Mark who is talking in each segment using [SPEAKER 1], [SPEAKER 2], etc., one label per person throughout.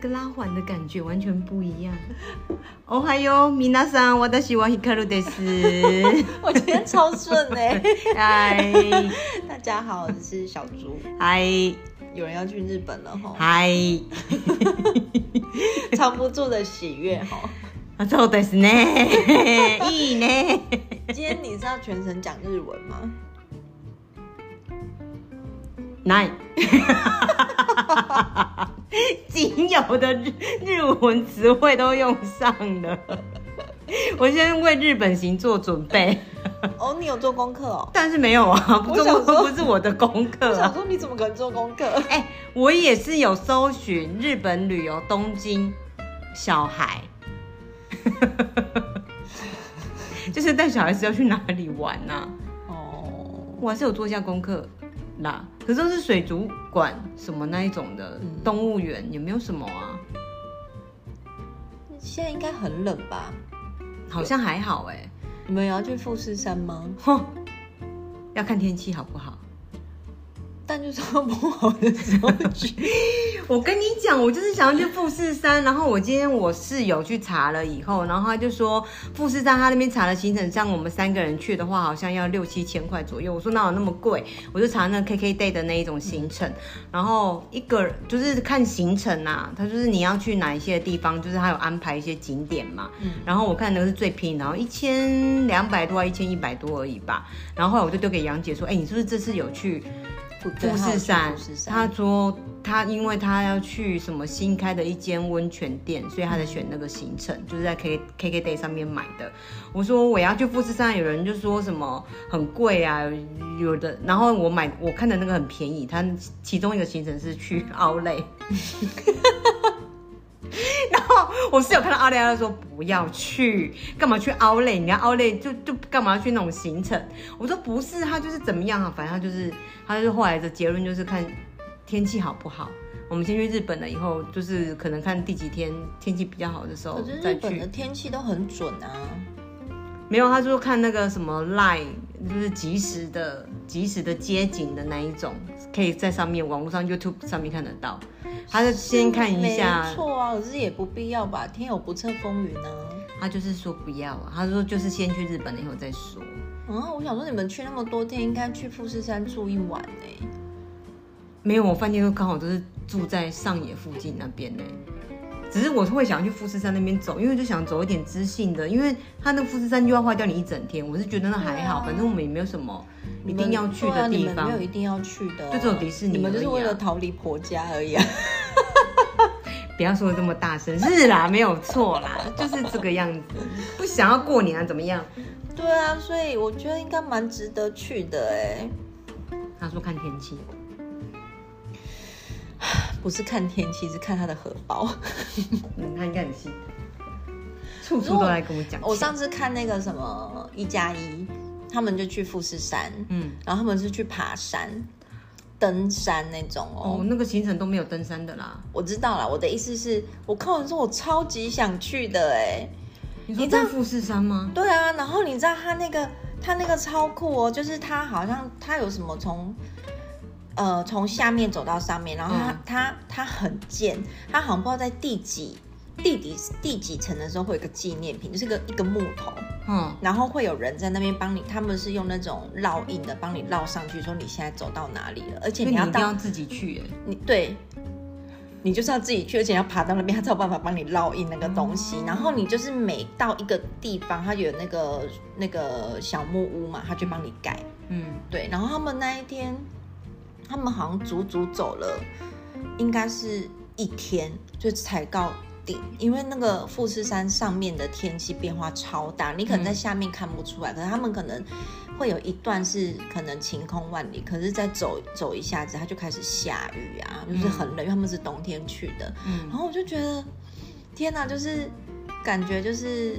[SPEAKER 1] 跟拉环的感觉完全不一样。 哦嗨哟，米娜桑，我的希望 Hikaru です
[SPEAKER 2] 我今天超顺哎、
[SPEAKER 1] 嗨
[SPEAKER 2] 大家好，我是小猪。
[SPEAKER 1] 嗨
[SPEAKER 2] 有人要去日本了哈，
[SPEAKER 1] 嗨，
[SPEAKER 2] 藏不住的喜悦 哈。
[SPEAKER 1] 啊，そうです ね。いいね。
[SPEAKER 2] 今天你是要全程讲日文 吗？
[SPEAKER 1] ない。 仅有的日日文词汇都用上了。 我先为日本行做准备，
[SPEAKER 2] 哦，你有做功课哦。
[SPEAKER 1] 但是没有啊，不
[SPEAKER 2] 我
[SPEAKER 1] 中
[SPEAKER 2] 想
[SPEAKER 1] 文
[SPEAKER 2] 说
[SPEAKER 1] 不是我的功
[SPEAKER 2] 我
[SPEAKER 1] 课
[SPEAKER 2] 想
[SPEAKER 1] 啊。
[SPEAKER 2] 说你怎么可能做功课？
[SPEAKER 1] 哎、我也是有搜寻日本旅游东京小孩， 就是带小孩子要去哪里玩呐、啊？
[SPEAKER 2] 哦，
[SPEAKER 1] 我还是有做一下功课啦。可是都是水族馆什么那一种的，
[SPEAKER 2] 嗯
[SPEAKER 1] 动物园也没有什么啊，
[SPEAKER 2] 现在应该很冷吧？
[SPEAKER 1] 好像还好哎、
[SPEAKER 2] 你们有要去富士山吗？
[SPEAKER 1] 哼，要看天气好不好。
[SPEAKER 2] 但就是不好的时候去。
[SPEAKER 1] 我跟你讲，我就是想要去富士山，然后我今天我室友去查了以后，然后他就说富士山他那边查的行程，像我们三个人去的话，好像要六七千块左右。我说哪有那么贵？我就查那 KK day 的那一种行程，然后一个就是看行程啊，他就是你要去哪一些地方，就是他有安排一些景点嘛。
[SPEAKER 2] 嗯，
[SPEAKER 1] 然后我看那个是最便宜，然后一千两百多，一千一百多而已吧。然后后来我就丢给杨姐说：“哎、你是不是这次有去富士山
[SPEAKER 2] 富士，
[SPEAKER 1] 他
[SPEAKER 2] 山。
[SPEAKER 1] 说他因为他要去什么新开的一间温泉店，所以他在选那个行程，就是在 K K K Day 上面买的。我说我要去富士山，有人就说什么很贵啊，有的。然后我买我看的那个很便宜，他其中一个行程是去 奥莱。然后我室友看到奥莱，他就说不要去，干嘛去奥莱？你要奥莱就就干嘛去那种行程？我说不是，他就是怎么样啊，反正他就是，他就是后来的结论就是看天气好不好。我们先去日本了以后，就是可能看第几天天气比较好的时候
[SPEAKER 2] 可是
[SPEAKER 1] 再
[SPEAKER 2] 日本的
[SPEAKER 1] 去。
[SPEAKER 2] 天气都很准啊。
[SPEAKER 1] 没有，他就看那个什么 line，就是即时的、即时的街景的那一种，可以在上面网络上 YouTube 上面看得到。他就先看一下
[SPEAKER 2] 没，错啊，可是也不必要吧，天有不测风云啊。
[SPEAKER 1] 他就是说不要啊，他说就是先去日本了以后再说。
[SPEAKER 2] 啊，我想说你们去那么多天，应该去富士山住一晚呢、
[SPEAKER 1] 没有，我饭店都刚好都是住在上野附近那边呢。只是我会想去富士山那边走，因为就想走一点知性的，因为它那富士山就要花掉你一整天，我是觉得那还好，
[SPEAKER 2] 对啊
[SPEAKER 1] 反正我们也没有什么一
[SPEAKER 2] 你
[SPEAKER 1] 定
[SPEAKER 2] 们
[SPEAKER 1] 要去
[SPEAKER 2] 对啊
[SPEAKER 1] 的地
[SPEAKER 2] 你们
[SPEAKER 1] 方
[SPEAKER 2] 没。有一定要去的啊、
[SPEAKER 1] 就只有迪士尼
[SPEAKER 2] 你们就是
[SPEAKER 1] 而已啊
[SPEAKER 2] 为了逃离婆家而 已啊。
[SPEAKER 1] 不要说的这么大声，是啦，没有错啦， 就是这个样子。不想要过年啊，怎么样？
[SPEAKER 2] 对啊，所以我觉得应该蛮值得去的哎、
[SPEAKER 1] 他说看天气，
[SPEAKER 2] 不是看天气，是看他的荷包。
[SPEAKER 1] 嗯，他应该很细，处处都来跟我讲。
[SPEAKER 2] 我上次看那个什么一加一，他们就去富士山，
[SPEAKER 1] 嗯，
[SPEAKER 2] 然后他们是去爬山、登山那种
[SPEAKER 1] 哦，那个行程都没有登山的啦。
[SPEAKER 2] 我知道了，我的意思是我看完之后我超级想去的哎、
[SPEAKER 1] 你说
[SPEAKER 2] 你知
[SPEAKER 1] 在
[SPEAKER 2] 道
[SPEAKER 1] 富士山吗？
[SPEAKER 2] 对啊，然后你知道他那个他那个超酷哦，就是他好像他有什么从。呃，从下面走到上面，然后他、
[SPEAKER 1] 嗯
[SPEAKER 2] 他他很贱，他好像不知道在第几第几第几层的时候会有个纪念品，就是一个一个木头，
[SPEAKER 1] 嗯，
[SPEAKER 2] 然后会有人在那边帮你，他们是用那种烙印的帮你烙上去，说你现在走到哪里了，而
[SPEAKER 1] 所
[SPEAKER 2] 且
[SPEAKER 1] 以
[SPEAKER 2] 你
[SPEAKER 1] 你
[SPEAKER 2] 要
[SPEAKER 1] 一定
[SPEAKER 2] 到
[SPEAKER 1] 要自己去耶、
[SPEAKER 2] 你对，你就是要自己去，而且要爬到那边，他才有办法帮你烙印那个东西。然后你就是每到一个地方，他有那个那个小木屋嘛，他就帮你盖。
[SPEAKER 1] 嗯，
[SPEAKER 2] 对，然后他们那一天，他们好像足足走了，应该是一天，就才到顶，因为那个富士山上面的天气变化超大，你可能在
[SPEAKER 1] 嗯
[SPEAKER 2] 下面看不出来，可是他们可能会有一段是可能晴空万里，可是再走走一下子，它就开始下雨啊，就是很冷，因为他们是冬天去的，
[SPEAKER 1] 嗯
[SPEAKER 2] 然后我就觉得，天哪，就是感觉就是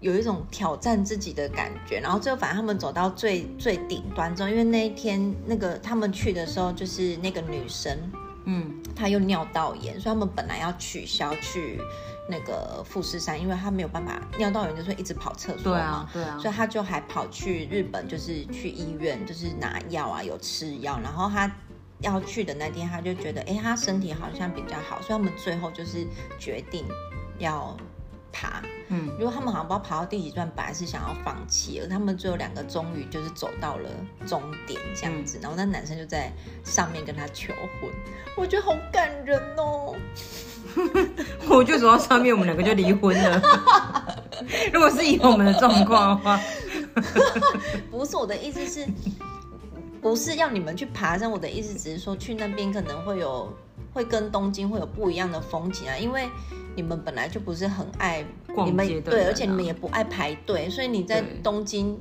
[SPEAKER 2] 有一种挑战自己的感觉。然后最后，反正他们走到最最顶端之后，因为那一天那个他们去的时候，就是那个女生
[SPEAKER 1] 嗯
[SPEAKER 2] 她又尿道炎，所以他们本来要取消去那个富士山，因为她没有办法尿道炎，就是会一直跑厕，
[SPEAKER 1] 对
[SPEAKER 2] 所嘛。
[SPEAKER 1] 啊，对啊，
[SPEAKER 2] 所以他就还跑去日本，就是去医院，就是拿药啊，有吃药。然后他要去的那天，他就觉得，哎，他身体好像比较好，所以他们最后就是决定要爬。
[SPEAKER 1] 嗯，
[SPEAKER 2] 如果他们好像不知道爬到第几段，本来是想要放弃了，他们最后两个终于就是走到了终点这样子，然后那男生就在上面跟他求婚，我觉得好感人哦。
[SPEAKER 1] 我就走到上面，我们两个就离婚了。 如果是以我们的状况的话，
[SPEAKER 2] 不是我的意思是，不是要你们去爬山，我的意思只是说去那边可能会有，会跟东京会有不一样的风景啊，因为你们本来就不是很爱
[SPEAKER 1] 逛
[SPEAKER 2] 你们
[SPEAKER 1] 街的
[SPEAKER 2] 对，
[SPEAKER 1] 人
[SPEAKER 2] 而且你们
[SPEAKER 1] 啊
[SPEAKER 2] 也不爱排队，所以你在
[SPEAKER 1] 对
[SPEAKER 2] 东京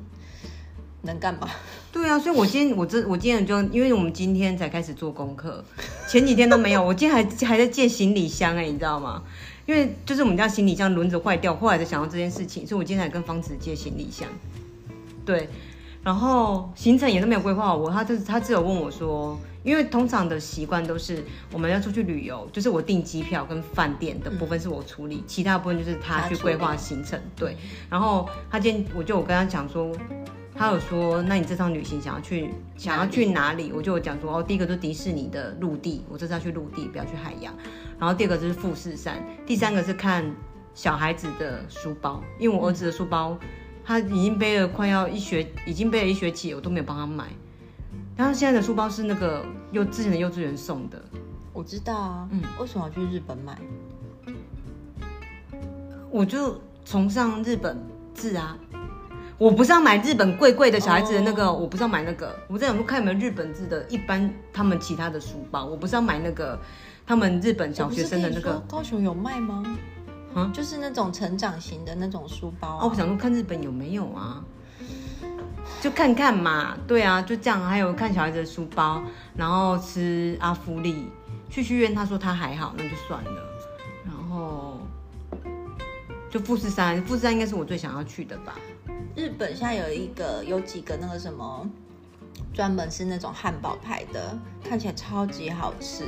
[SPEAKER 2] 能干嘛？
[SPEAKER 1] 对啊，所以我今天我这我今天就因为我们今天才开始做功课，前几天都没有，我今天还还在借行李箱哎、你知道吗？因为就是我们家行李箱轮子坏掉，后来才想到这件事情，所以我今天才跟方子借行李箱。对，然后行程也都没有规划好，我他就是他只有问我说，因为通常的习惯都是我们要出去旅游，就是我订机票跟饭店的部分是我处理，其他部分就是他
[SPEAKER 2] 他
[SPEAKER 1] 去
[SPEAKER 2] 处
[SPEAKER 1] 规
[SPEAKER 2] 理
[SPEAKER 1] 划行程。对，然后他今天我就我跟他讲说，他有说，那你这趟旅行想要去想要去哪里？我就有讲说，哦，第一个就是迪士尼的陆地，我这次要去陆地，不要去海洋。然后第二个就是富士山，第三个是看小孩子的书包，因为我儿子的书包他已经背了快要一学，已经背了一学期，我都没有帮他买。然后现在的书包是那个幼之前的幼稚园送的，
[SPEAKER 2] 我知道啊，嗯，为什么要去日本买？
[SPEAKER 1] 我就崇尚日本字啊。我不是要买日本贵贵的小孩子的那
[SPEAKER 2] 哦
[SPEAKER 1] 个我不是要买那个。我在想说看有没有日本字的，一般他们其他的书包，我不是要买那个他们日本小学生的那个
[SPEAKER 2] 我不是跟你说。高雄有卖吗？
[SPEAKER 1] 啊
[SPEAKER 2] 就是那种成长型的那种书包、啊。
[SPEAKER 1] 哦，我想说看日本有没有啊，就看看嘛。对啊，就这样。还有看小孩子的书包，然后吃阿芙丽，去剧院他说他还好，那就算了。然后就富士山，富士山应该是我最想要去的吧。
[SPEAKER 2] 日本现在有一个有几个那个什么，专门是那种汉堡牌的，看起来超级好吃。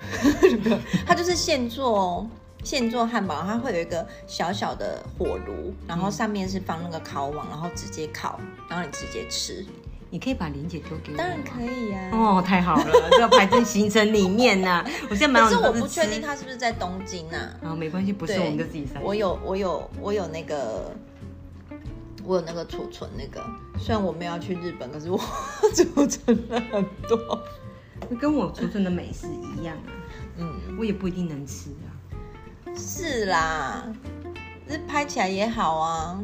[SPEAKER 2] 它就是现做哦，现做汉堡，它会有一个小小的火炉，然后上面是放那个烤网，然后直接烤，然后你直接吃，
[SPEAKER 1] 你可以把玲姐丢给我吗，
[SPEAKER 2] 当然可以呀、啊。
[SPEAKER 1] 哦，太好了，这个排在行程里面呐、我现在蛮
[SPEAKER 2] 可
[SPEAKER 1] 有
[SPEAKER 2] 是我
[SPEAKER 1] 能
[SPEAKER 2] 不
[SPEAKER 1] 力吃
[SPEAKER 2] 确定它是不是在东京啊。
[SPEAKER 1] 啊，没关系，不是
[SPEAKER 2] 对
[SPEAKER 1] 我们就自己塞。
[SPEAKER 2] 我有我有我有那个，我有那个储存那个，虽然我没有要去日本，可是我 储存了很多。
[SPEAKER 1] 跟我储存的美食一样啊，
[SPEAKER 2] 嗯，
[SPEAKER 1] 我也不一定能吃啊。
[SPEAKER 2] 是啦，这拍起来也好啊，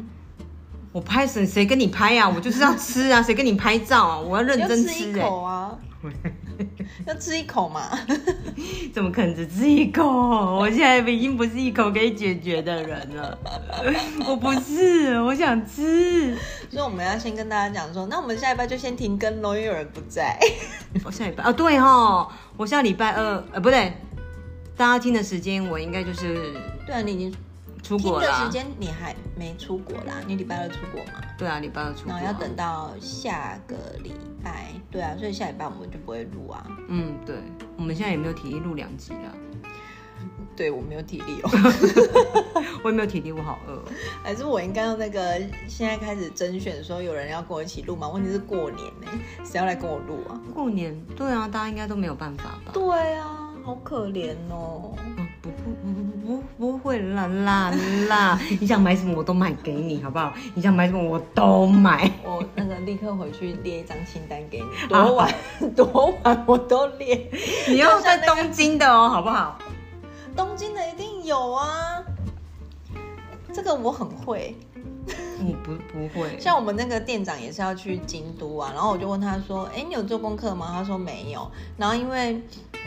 [SPEAKER 1] 我拍谁谁跟你拍啊？我就是要吃啊，谁跟你拍照啊？我要认
[SPEAKER 2] 要
[SPEAKER 1] 真
[SPEAKER 2] 吃一
[SPEAKER 1] 吃哎、
[SPEAKER 2] 口 啊，要吃一口嘛。
[SPEAKER 1] 怎么可能只吃一口？ 我现在已经不是一口可以解决的人了。我不是，我想吃。
[SPEAKER 2] 所以我们要先跟大家讲说，那我们下一拜就先停更咯，因为有人不在。
[SPEAKER 1] 我下礼拜哦，对哈，我下礼拜二呃不对，大家听的时间我应该就是
[SPEAKER 2] 对啊，你已经
[SPEAKER 1] 出
[SPEAKER 2] 听
[SPEAKER 1] 国啊
[SPEAKER 2] 的
[SPEAKER 1] 啦。
[SPEAKER 2] 时间你还没出国啦，你礼拜二出国嘛？
[SPEAKER 1] 对啊，礼拜二出国、
[SPEAKER 2] 哦然后要等。到下个礼拜，对啊，所以下礼拜我们就不会录啊。
[SPEAKER 1] 嗯，对，我们现在也没有体力录两集了，
[SPEAKER 2] 对我没有体 力哦，
[SPEAKER 1] 我也没有体力，我好饿哦。
[SPEAKER 2] 还是我应该要那个现在开始甄选，说有人要跟我一起录吗？问题是过年呢、谁要来跟我录啊？
[SPEAKER 1] 过年，对啊，大家应该都没有办法吧？
[SPEAKER 2] 对啊，好可怜哦。
[SPEAKER 1] 嗯不不不不不会啦啦啦！ 你想买什么我都买给你，好不好？你想买什么我都买。
[SPEAKER 2] 我那个立刻回去列一张清单给你， 多晚多晚我都列。
[SPEAKER 1] 你要在东京的哦，好不好？
[SPEAKER 2] 东京的一定有啊，这个我很会。
[SPEAKER 1] 你不不会，
[SPEAKER 2] 像我们那个店长也是要去京都啊，然后我就问他说：“哎、你有做功课吗？”他说没有。然后因为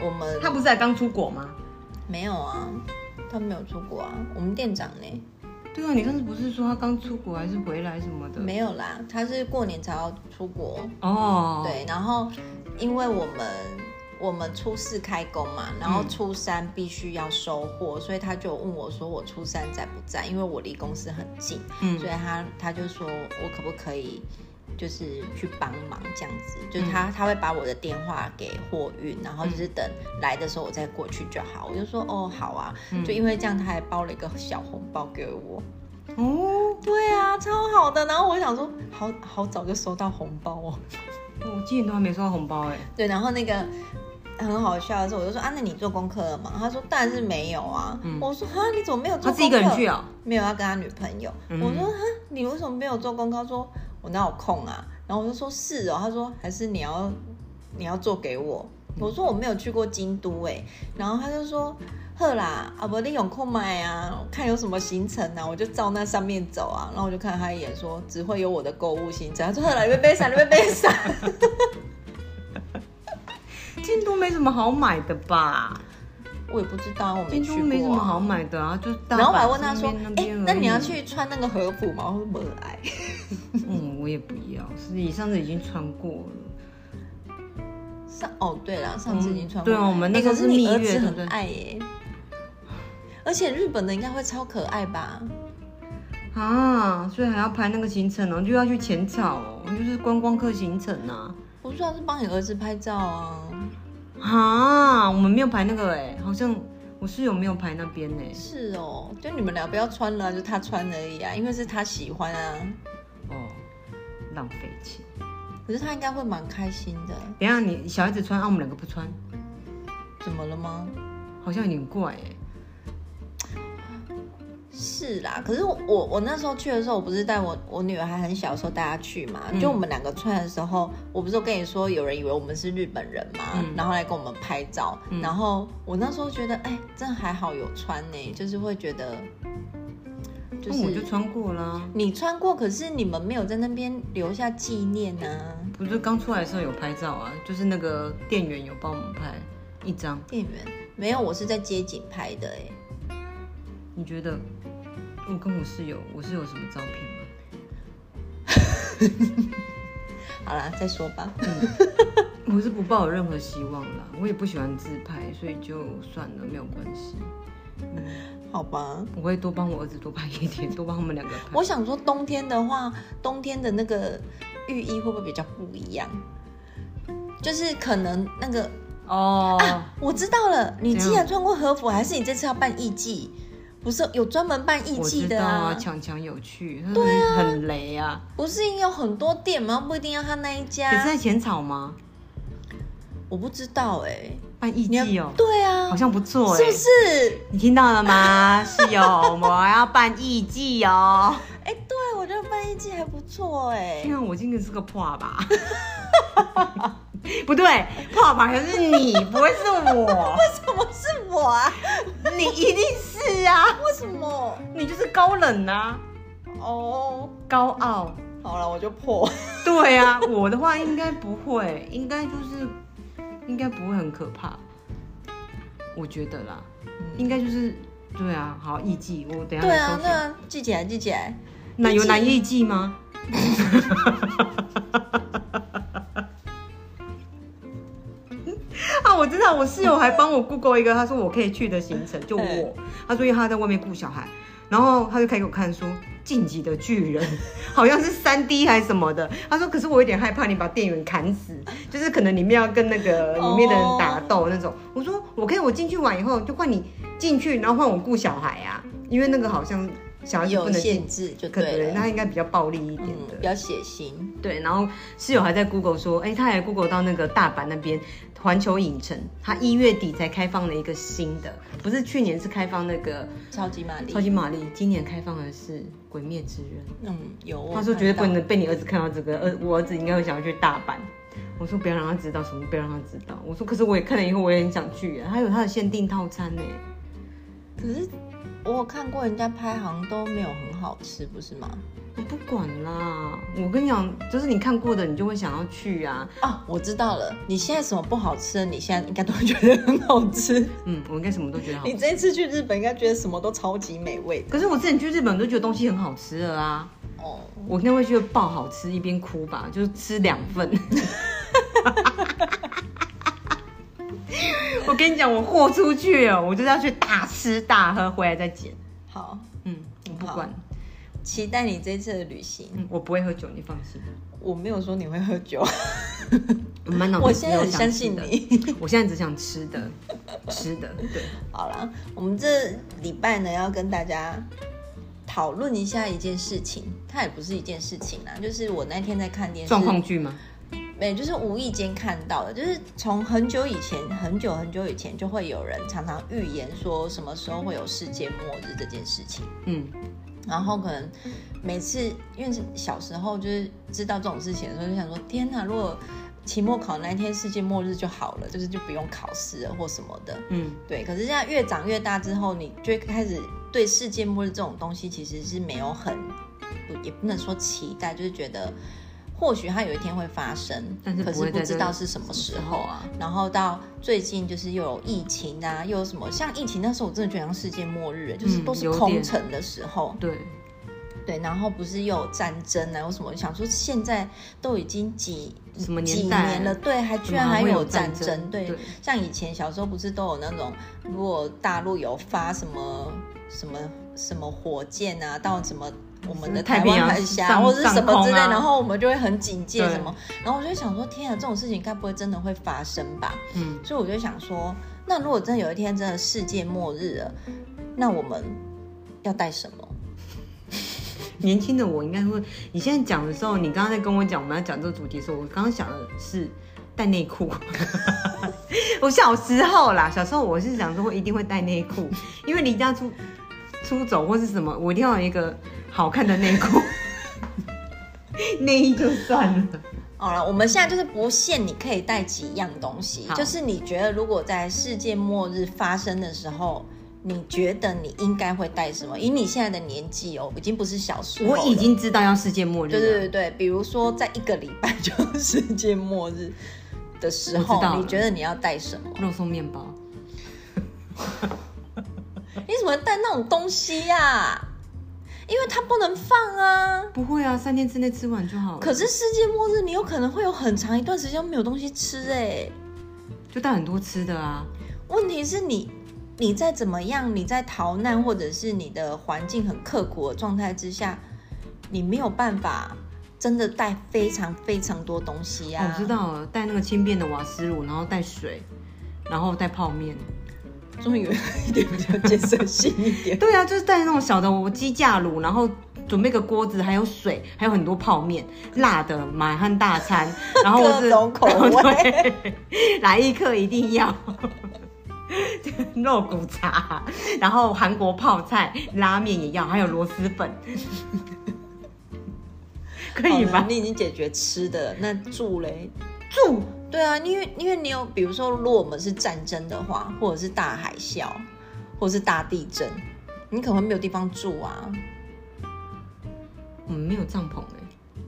[SPEAKER 2] 我们
[SPEAKER 1] 他不是才刚出国吗？
[SPEAKER 2] 没有啊，他没有出国啊。我们店长呢？
[SPEAKER 1] 对啊，你上次不是说他刚出国还是回来什么的？
[SPEAKER 2] 没有啦，他是过年才要出国。
[SPEAKER 1] 哦，，
[SPEAKER 2] 对，然后因为我们我们初四开工嘛，然后
[SPEAKER 1] 嗯
[SPEAKER 2] 初三必须要收货，所以他就问我说我初三在不在？因为我离公司很近，所以
[SPEAKER 1] 嗯，
[SPEAKER 2] 他他就说我可不可以就是去帮忙这样子，
[SPEAKER 1] 嗯
[SPEAKER 2] 就是他、他会把我的电话给货运，然后就是等来的时候我再过去就好。我就说哦好啊，
[SPEAKER 1] 嗯
[SPEAKER 2] 就因为这样他还包了一个小红包给我。
[SPEAKER 1] 哦，
[SPEAKER 2] 对啊，超好的。然后我想说，好好早就收到红包哦。
[SPEAKER 1] 我今年都还没收到红包哎、
[SPEAKER 2] 对，然后那个很好笑的是，我就说啊，那你做功课了吗？他说当然是没有啊。我说啊，你怎么没有
[SPEAKER 1] 嗯他
[SPEAKER 2] 做功课？
[SPEAKER 1] 自己一个人去哦、
[SPEAKER 2] 没有要跟他女朋友。
[SPEAKER 1] 嗯
[SPEAKER 2] 我说哈，你为什么没有做功课？他说我哪有空啊？然后我就说是哦，他说还是你要你要做给我。我说我没有去过京都哎、然后他就说呵啦，啊不你有空买啊，看有什么行程啊，我就照那上面走啊。然后我就看他一眼说只会有我的购物行程。他说呵啦，你被背闪，你被背闪。
[SPEAKER 1] 京都没什么好买的吧？
[SPEAKER 2] 我也不知道，我没
[SPEAKER 1] 京
[SPEAKER 2] 去
[SPEAKER 1] 都
[SPEAKER 2] 过、啊。
[SPEAKER 1] 没什么好买的啊，就大阪
[SPEAKER 2] 然后我还问他说
[SPEAKER 1] 那：“
[SPEAKER 2] 哎、
[SPEAKER 1] 边
[SPEAKER 2] 那你要
[SPEAKER 1] 而已？
[SPEAKER 2] 去穿那个和服吗？”我说：“不来。
[SPEAKER 1] 嗯，我也不要，是你上次已经穿过了。
[SPEAKER 2] 上哦，对了，上次已经穿过。
[SPEAKER 1] 对啊我们那
[SPEAKER 2] 哎
[SPEAKER 1] 时候
[SPEAKER 2] 可
[SPEAKER 1] 是
[SPEAKER 2] 是你
[SPEAKER 1] 蜜
[SPEAKER 2] 儿
[SPEAKER 1] 月
[SPEAKER 2] 子
[SPEAKER 1] 对不
[SPEAKER 2] 很
[SPEAKER 1] 对
[SPEAKER 2] 爱耶、而且日本的应该会超可爱吧？
[SPEAKER 1] 啊，所以还要排那个行程哦，就要去浅草哦，就是观光客行程啊。
[SPEAKER 2] 我主要是帮你儿子拍照啊。
[SPEAKER 1] 啊，我们没有排那个哎、好像我室友没有排那边哎、
[SPEAKER 2] 是哦，就你们俩不要穿了啊、就他穿而已啊，因为是他喜欢啊。
[SPEAKER 1] 哦，浪费钱。
[SPEAKER 2] 可是他应该会蛮开心的。
[SPEAKER 1] 等一下你小孩子穿，啊，我们两个不穿，
[SPEAKER 2] 怎么了吗？
[SPEAKER 1] 好像有点怪哎、
[SPEAKER 2] 是啦，可是我我我那时候去的时候，我不是带我我女儿还很小的时候带她去嘛，
[SPEAKER 1] 嗯
[SPEAKER 2] 就我们两个穿的时候，我不是都跟你说有人以为我们是日本人嘛，
[SPEAKER 1] 嗯
[SPEAKER 2] 然后来跟我们拍照，
[SPEAKER 1] 嗯
[SPEAKER 2] 然后我那时候觉得，哎、真的还好有穿呢、就是会觉得，哎就
[SPEAKER 1] 那、
[SPEAKER 2] 是、
[SPEAKER 1] 我就穿过啦。
[SPEAKER 2] 你穿过，可是你们没有在那边留下纪念啊。
[SPEAKER 1] 不是刚出来的时候有拍照啊，就是那个店员有帮我们拍一张。
[SPEAKER 2] 店员没有，我是在街景拍的哎、
[SPEAKER 1] 你觉得我跟我室友，我是有什么照片吗？
[SPEAKER 2] 好啦，再说吧。
[SPEAKER 1] 我是不抱有任何希望啦，我也不喜欢自拍，所以就算了，没有关系。嗯
[SPEAKER 2] 好吧。
[SPEAKER 1] 我会多帮我儿子多拍一点，多帮他们两个拍。
[SPEAKER 2] 我想说，冬天的话，冬天的那个浴衣会不会比较不一样？就是可能那个，
[SPEAKER 1] 哦、
[SPEAKER 2] 我知道了，你
[SPEAKER 1] 怎样
[SPEAKER 2] 既然穿过和服，还是你这次要办艺妓？不是有专门办艺
[SPEAKER 1] 我
[SPEAKER 2] 妓
[SPEAKER 1] 知
[SPEAKER 2] 的
[SPEAKER 1] 道
[SPEAKER 2] 啊
[SPEAKER 1] 啊，？强强有趣，他很、啊、很雷啊。
[SPEAKER 2] 不是有很多店吗？不一定要他那一
[SPEAKER 1] 你是
[SPEAKER 2] 家。
[SPEAKER 1] 在浅草吗？
[SPEAKER 2] 我不知道哎、
[SPEAKER 1] 办艺
[SPEAKER 2] 你要
[SPEAKER 1] 妓哦、
[SPEAKER 2] 对啊
[SPEAKER 1] 好，像不错哎、
[SPEAKER 2] 是不是？
[SPEAKER 1] 你听到了吗？室友，我们要办艺妓哦、
[SPEAKER 2] 哎、对我觉得办艺妓还不错哎、
[SPEAKER 1] 天啊，我今天是个破吧？ 不对，破吧可是你，不会是 我，
[SPEAKER 2] 怎么是我啊？
[SPEAKER 1] 你一定是啊，
[SPEAKER 2] 为什么？
[SPEAKER 1] 你就是高冷啊，
[SPEAKER 2] 哦，
[SPEAKER 1] 高傲。
[SPEAKER 2] 好了，我就破。
[SPEAKER 1] 对啊，我的话应该不会，应该就是应该不会很可怕，我觉得啦，应该就是对啊，好艺妓，我等一下
[SPEAKER 2] 对
[SPEAKER 1] 来
[SPEAKER 2] 啊
[SPEAKER 1] 搜，寻。
[SPEAKER 2] 那记起来，记起来。
[SPEAKER 1] 那有
[SPEAKER 2] 艺妓
[SPEAKER 1] 男艺妓吗？ 啊，我知道，我室友还帮我 Google 一个，他说我可以去的行程，就我
[SPEAKER 2] 嗯。
[SPEAKER 1] 他说因为他在外面顾小孩，然后他就开给我看说《晋级的巨人》， 好像是三 D 还是什么的。他说可是我有点害怕你把店员砍死，就是可能里面要跟那个里面的人打斗那种。我说我可以，我进去玩以后就换你进去，然后换我顾小孩啊，因为那个好像小孩子不
[SPEAKER 2] 有
[SPEAKER 1] 能进
[SPEAKER 2] 限制就
[SPEAKER 1] 可
[SPEAKER 2] 对
[SPEAKER 1] 能
[SPEAKER 2] 了，
[SPEAKER 1] 他应该比较暴力一点
[SPEAKER 2] 嗯，比
[SPEAKER 1] 的。
[SPEAKER 2] 较血腥。
[SPEAKER 1] 对，然后室友还在 Google 说，哎、他也 Google 到那个大阪那边环球影城，他一月底才开放了一个新的，不是去年是开放那个
[SPEAKER 2] 超级玛丽
[SPEAKER 1] 超，级玛丽，今年开放的是鬼灭之刃。
[SPEAKER 2] 嗯，有我
[SPEAKER 1] 他说绝对不
[SPEAKER 2] 看到
[SPEAKER 1] 能被你儿子看到这个，儿我儿子应该会想要去大阪。我说不要让他知道什么，不要让他知道。我说可是我也看了以后，我也很想去耶，他有他的限定套餐呢。
[SPEAKER 2] 可是我有看过人家拍，好像都没有很好吃，不是吗？
[SPEAKER 1] 我不管啦，我跟你讲，就是你看过的，你就会想要去啊。
[SPEAKER 2] 啊，我知道了，你现在什么不好吃的，你现在应该都会觉得很好吃。
[SPEAKER 1] 嗯，我应该什么都觉得好
[SPEAKER 2] 你这一次去日本，应该觉得什么都超级美味的
[SPEAKER 1] 可是我之前去日本都觉得东西很好吃了啊，
[SPEAKER 2] 哦。
[SPEAKER 1] 我那会觉得爆好吃，一边哭吧，就是吃两份。 我跟你讲，我豁出去了，我就是要去大吃大喝，回来再减。
[SPEAKER 2] 好，
[SPEAKER 1] 嗯，我不管，
[SPEAKER 2] 期待你这次的旅行。
[SPEAKER 1] 嗯，我不会喝酒，你放心。
[SPEAKER 2] 我没有说你会喝 酒，
[SPEAKER 1] 我满脑子
[SPEAKER 2] 我现在很
[SPEAKER 1] 只有
[SPEAKER 2] 相
[SPEAKER 1] 想吃
[SPEAKER 2] 信
[SPEAKER 1] 的，
[SPEAKER 2] 你。
[SPEAKER 1] 我现在只想吃的，吃的，对，
[SPEAKER 2] 好啦，我们这礼拜呢要跟大家讨论一下一件事情，它也不是一件事情啦，就是我那天在看电视，
[SPEAKER 1] 状况剧吗？
[SPEAKER 2] 没，就是无意间看到的，就是从很久以前、很久很久以前就会有人常常预言说什么时候会有世界末日这件事情。
[SPEAKER 1] 嗯，
[SPEAKER 2] 然后可能每次因为小时候就是知道这种事情的时候，就想说天哪，如果期末考那一天世界末日就好了，就是就不用考试了或什么的。
[SPEAKER 1] 嗯，
[SPEAKER 2] 对，可是现在越长越大之后，你就会开始对世界末日这种东西其实是没有很，不也不能说期待，就是觉得或许它有一天会发生，
[SPEAKER 1] 但是
[SPEAKER 2] 可
[SPEAKER 1] 不会
[SPEAKER 2] 是不
[SPEAKER 1] 在
[SPEAKER 2] 知
[SPEAKER 1] 这
[SPEAKER 2] 道是什么时候啊。
[SPEAKER 1] 啊？
[SPEAKER 2] 然后到最近就是又有疫情啊，又有什么像疫情那时候，我真的觉得像世界末日，就是
[SPEAKER 1] 嗯
[SPEAKER 2] 都是
[SPEAKER 1] 有
[SPEAKER 2] 空
[SPEAKER 1] 点
[SPEAKER 2] 城的时候。
[SPEAKER 1] 对，
[SPEAKER 2] 对，然后不是又有战争啊，有什么？想说现在都已经几
[SPEAKER 1] 什么年
[SPEAKER 2] 几
[SPEAKER 1] 代
[SPEAKER 2] 年了，对，还居
[SPEAKER 1] 怎么
[SPEAKER 2] 然还
[SPEAKER 1] 会
[SPEAKER 2] 有
[SPEAKER 1] 有战
[SPEAKER 2] 争，
[SPEAKER 1] 争
[SPEAKER 2] 对
[SPEAKER 1] 对
[SPEAKER 2] 像以前小时候不是都有那种，如果大陆有发什么什么什么火箭啊，到什么。我们的
[SPEAKER 1] 太
[SPEAKER 2] 台
[SPEAKER 1] 平
[SPEAKER 2] 湾
[SPEAKER 1] 洋
[SPEAKER 2] 海峡
[SPEAKER 1] 上
[SPEAKER 2] 或者是
[SPEAKER 1] 上
[SPEAKER 2] 什么
[SPEAKER 1] 空
[SPEAKER 2] 之类，
[SPEAKER 1] 啊
[SPEAKER 2] 然后我们就会很警戒
[SPEAKER 1] 对
[SPEAKER 2] 什么，然后我就想说，天啊，这种事情该不会真的会发生吧？
[SPEAKER 1] 嗯，
[SPEAKER 2] 所以我就想说，那如果真的有一天真的世界末日了，那我们要带什么？
[SPEAKER 1] 年轻的我应该会，你现在讲的时候，你刚刚在跟我讲我们要讲这个主题的时候，我刚刚想的是带内裤。 我小时候啦，小时候我是想说我一定会带内裤，因为离家出出走或是什么，我一定要有一个好看的内 裤。内衣就算了，
[SPEAKER 2] 好了，我们现在就是不限你可以带几样东西，
[SPEAKER 1] 好
[SPEAKER 2] 就是你觉得如果在世界末日发生的时候，你觉得你应该会带什么？以你现在的年纪哦，已经不是小时候
[SPEAKER 1] 我
[SPEAKER 2] 了，
[SPEAKER 1] 已经知道要世界末日
[SPEAKER 2] 对
[SPEAKER 1] 了。
[SPEAKER 2] 对对对，比如说在一个礼拜就世界末日的时
[SPEAKER 1] 我知道
[SPEAKER 2] 候，
[SPEAKER 1] 了
[SPEAKER 2] 你觉得你要带什么？
[SPEAKER 1] 肉松面包，
[SPEAKER 2] 你怎么带那种东西呀、因为它不能放啊。
[SPEAKER 1] 不会啊，三天之内吃完就好了。
[SPEAKER 2] 可是世界末日，你有可能会有很长一段时间没有东西吃哎、
[SPEAKER 1] 就带很多吃的啊。
[SPEAKER 2] 问题是你，你再怎么样，你在逃难或者是你的环境很刻苦的状态之下，你没有办法真的带非常非常多东西啊。
[SPEAKER 1] 哦我知，道了，带那个轻便的瓦斯炉，然后带水，然后带泡面。
[SPEAKER 2] 终于有一点比较建设性一点。
[SPEAKER 1] 对啊，就是带那种小的鸡架炉，然后准备个锅子，还有水，还有很多泡面，辣的满汉大 餐， 然后我
[SPEAKER 2] 各
[SPEAKER 1] 是
[SPEAKER 2] 种口味，
[SPEAKER 1] 对来一客一定要。 肉骨茶，然后韩国泡菜、拉面也要，还有螺蛳粉， 可以
[SPEAKER 2] 好
[SPEAKER 1] 吧
[SPEAKER 2] 了？哦你已经解决吃的了，那住嘞？
[SPEAKER 1] 住
[SPEAKER 2] 对啊，因为因为你有，比如说，如果我们是战争的话，或者是大海啸，或者是大地震，你可能没有地方住啊。
[SPEAKER 1] 我嗯们没有帐篷哎、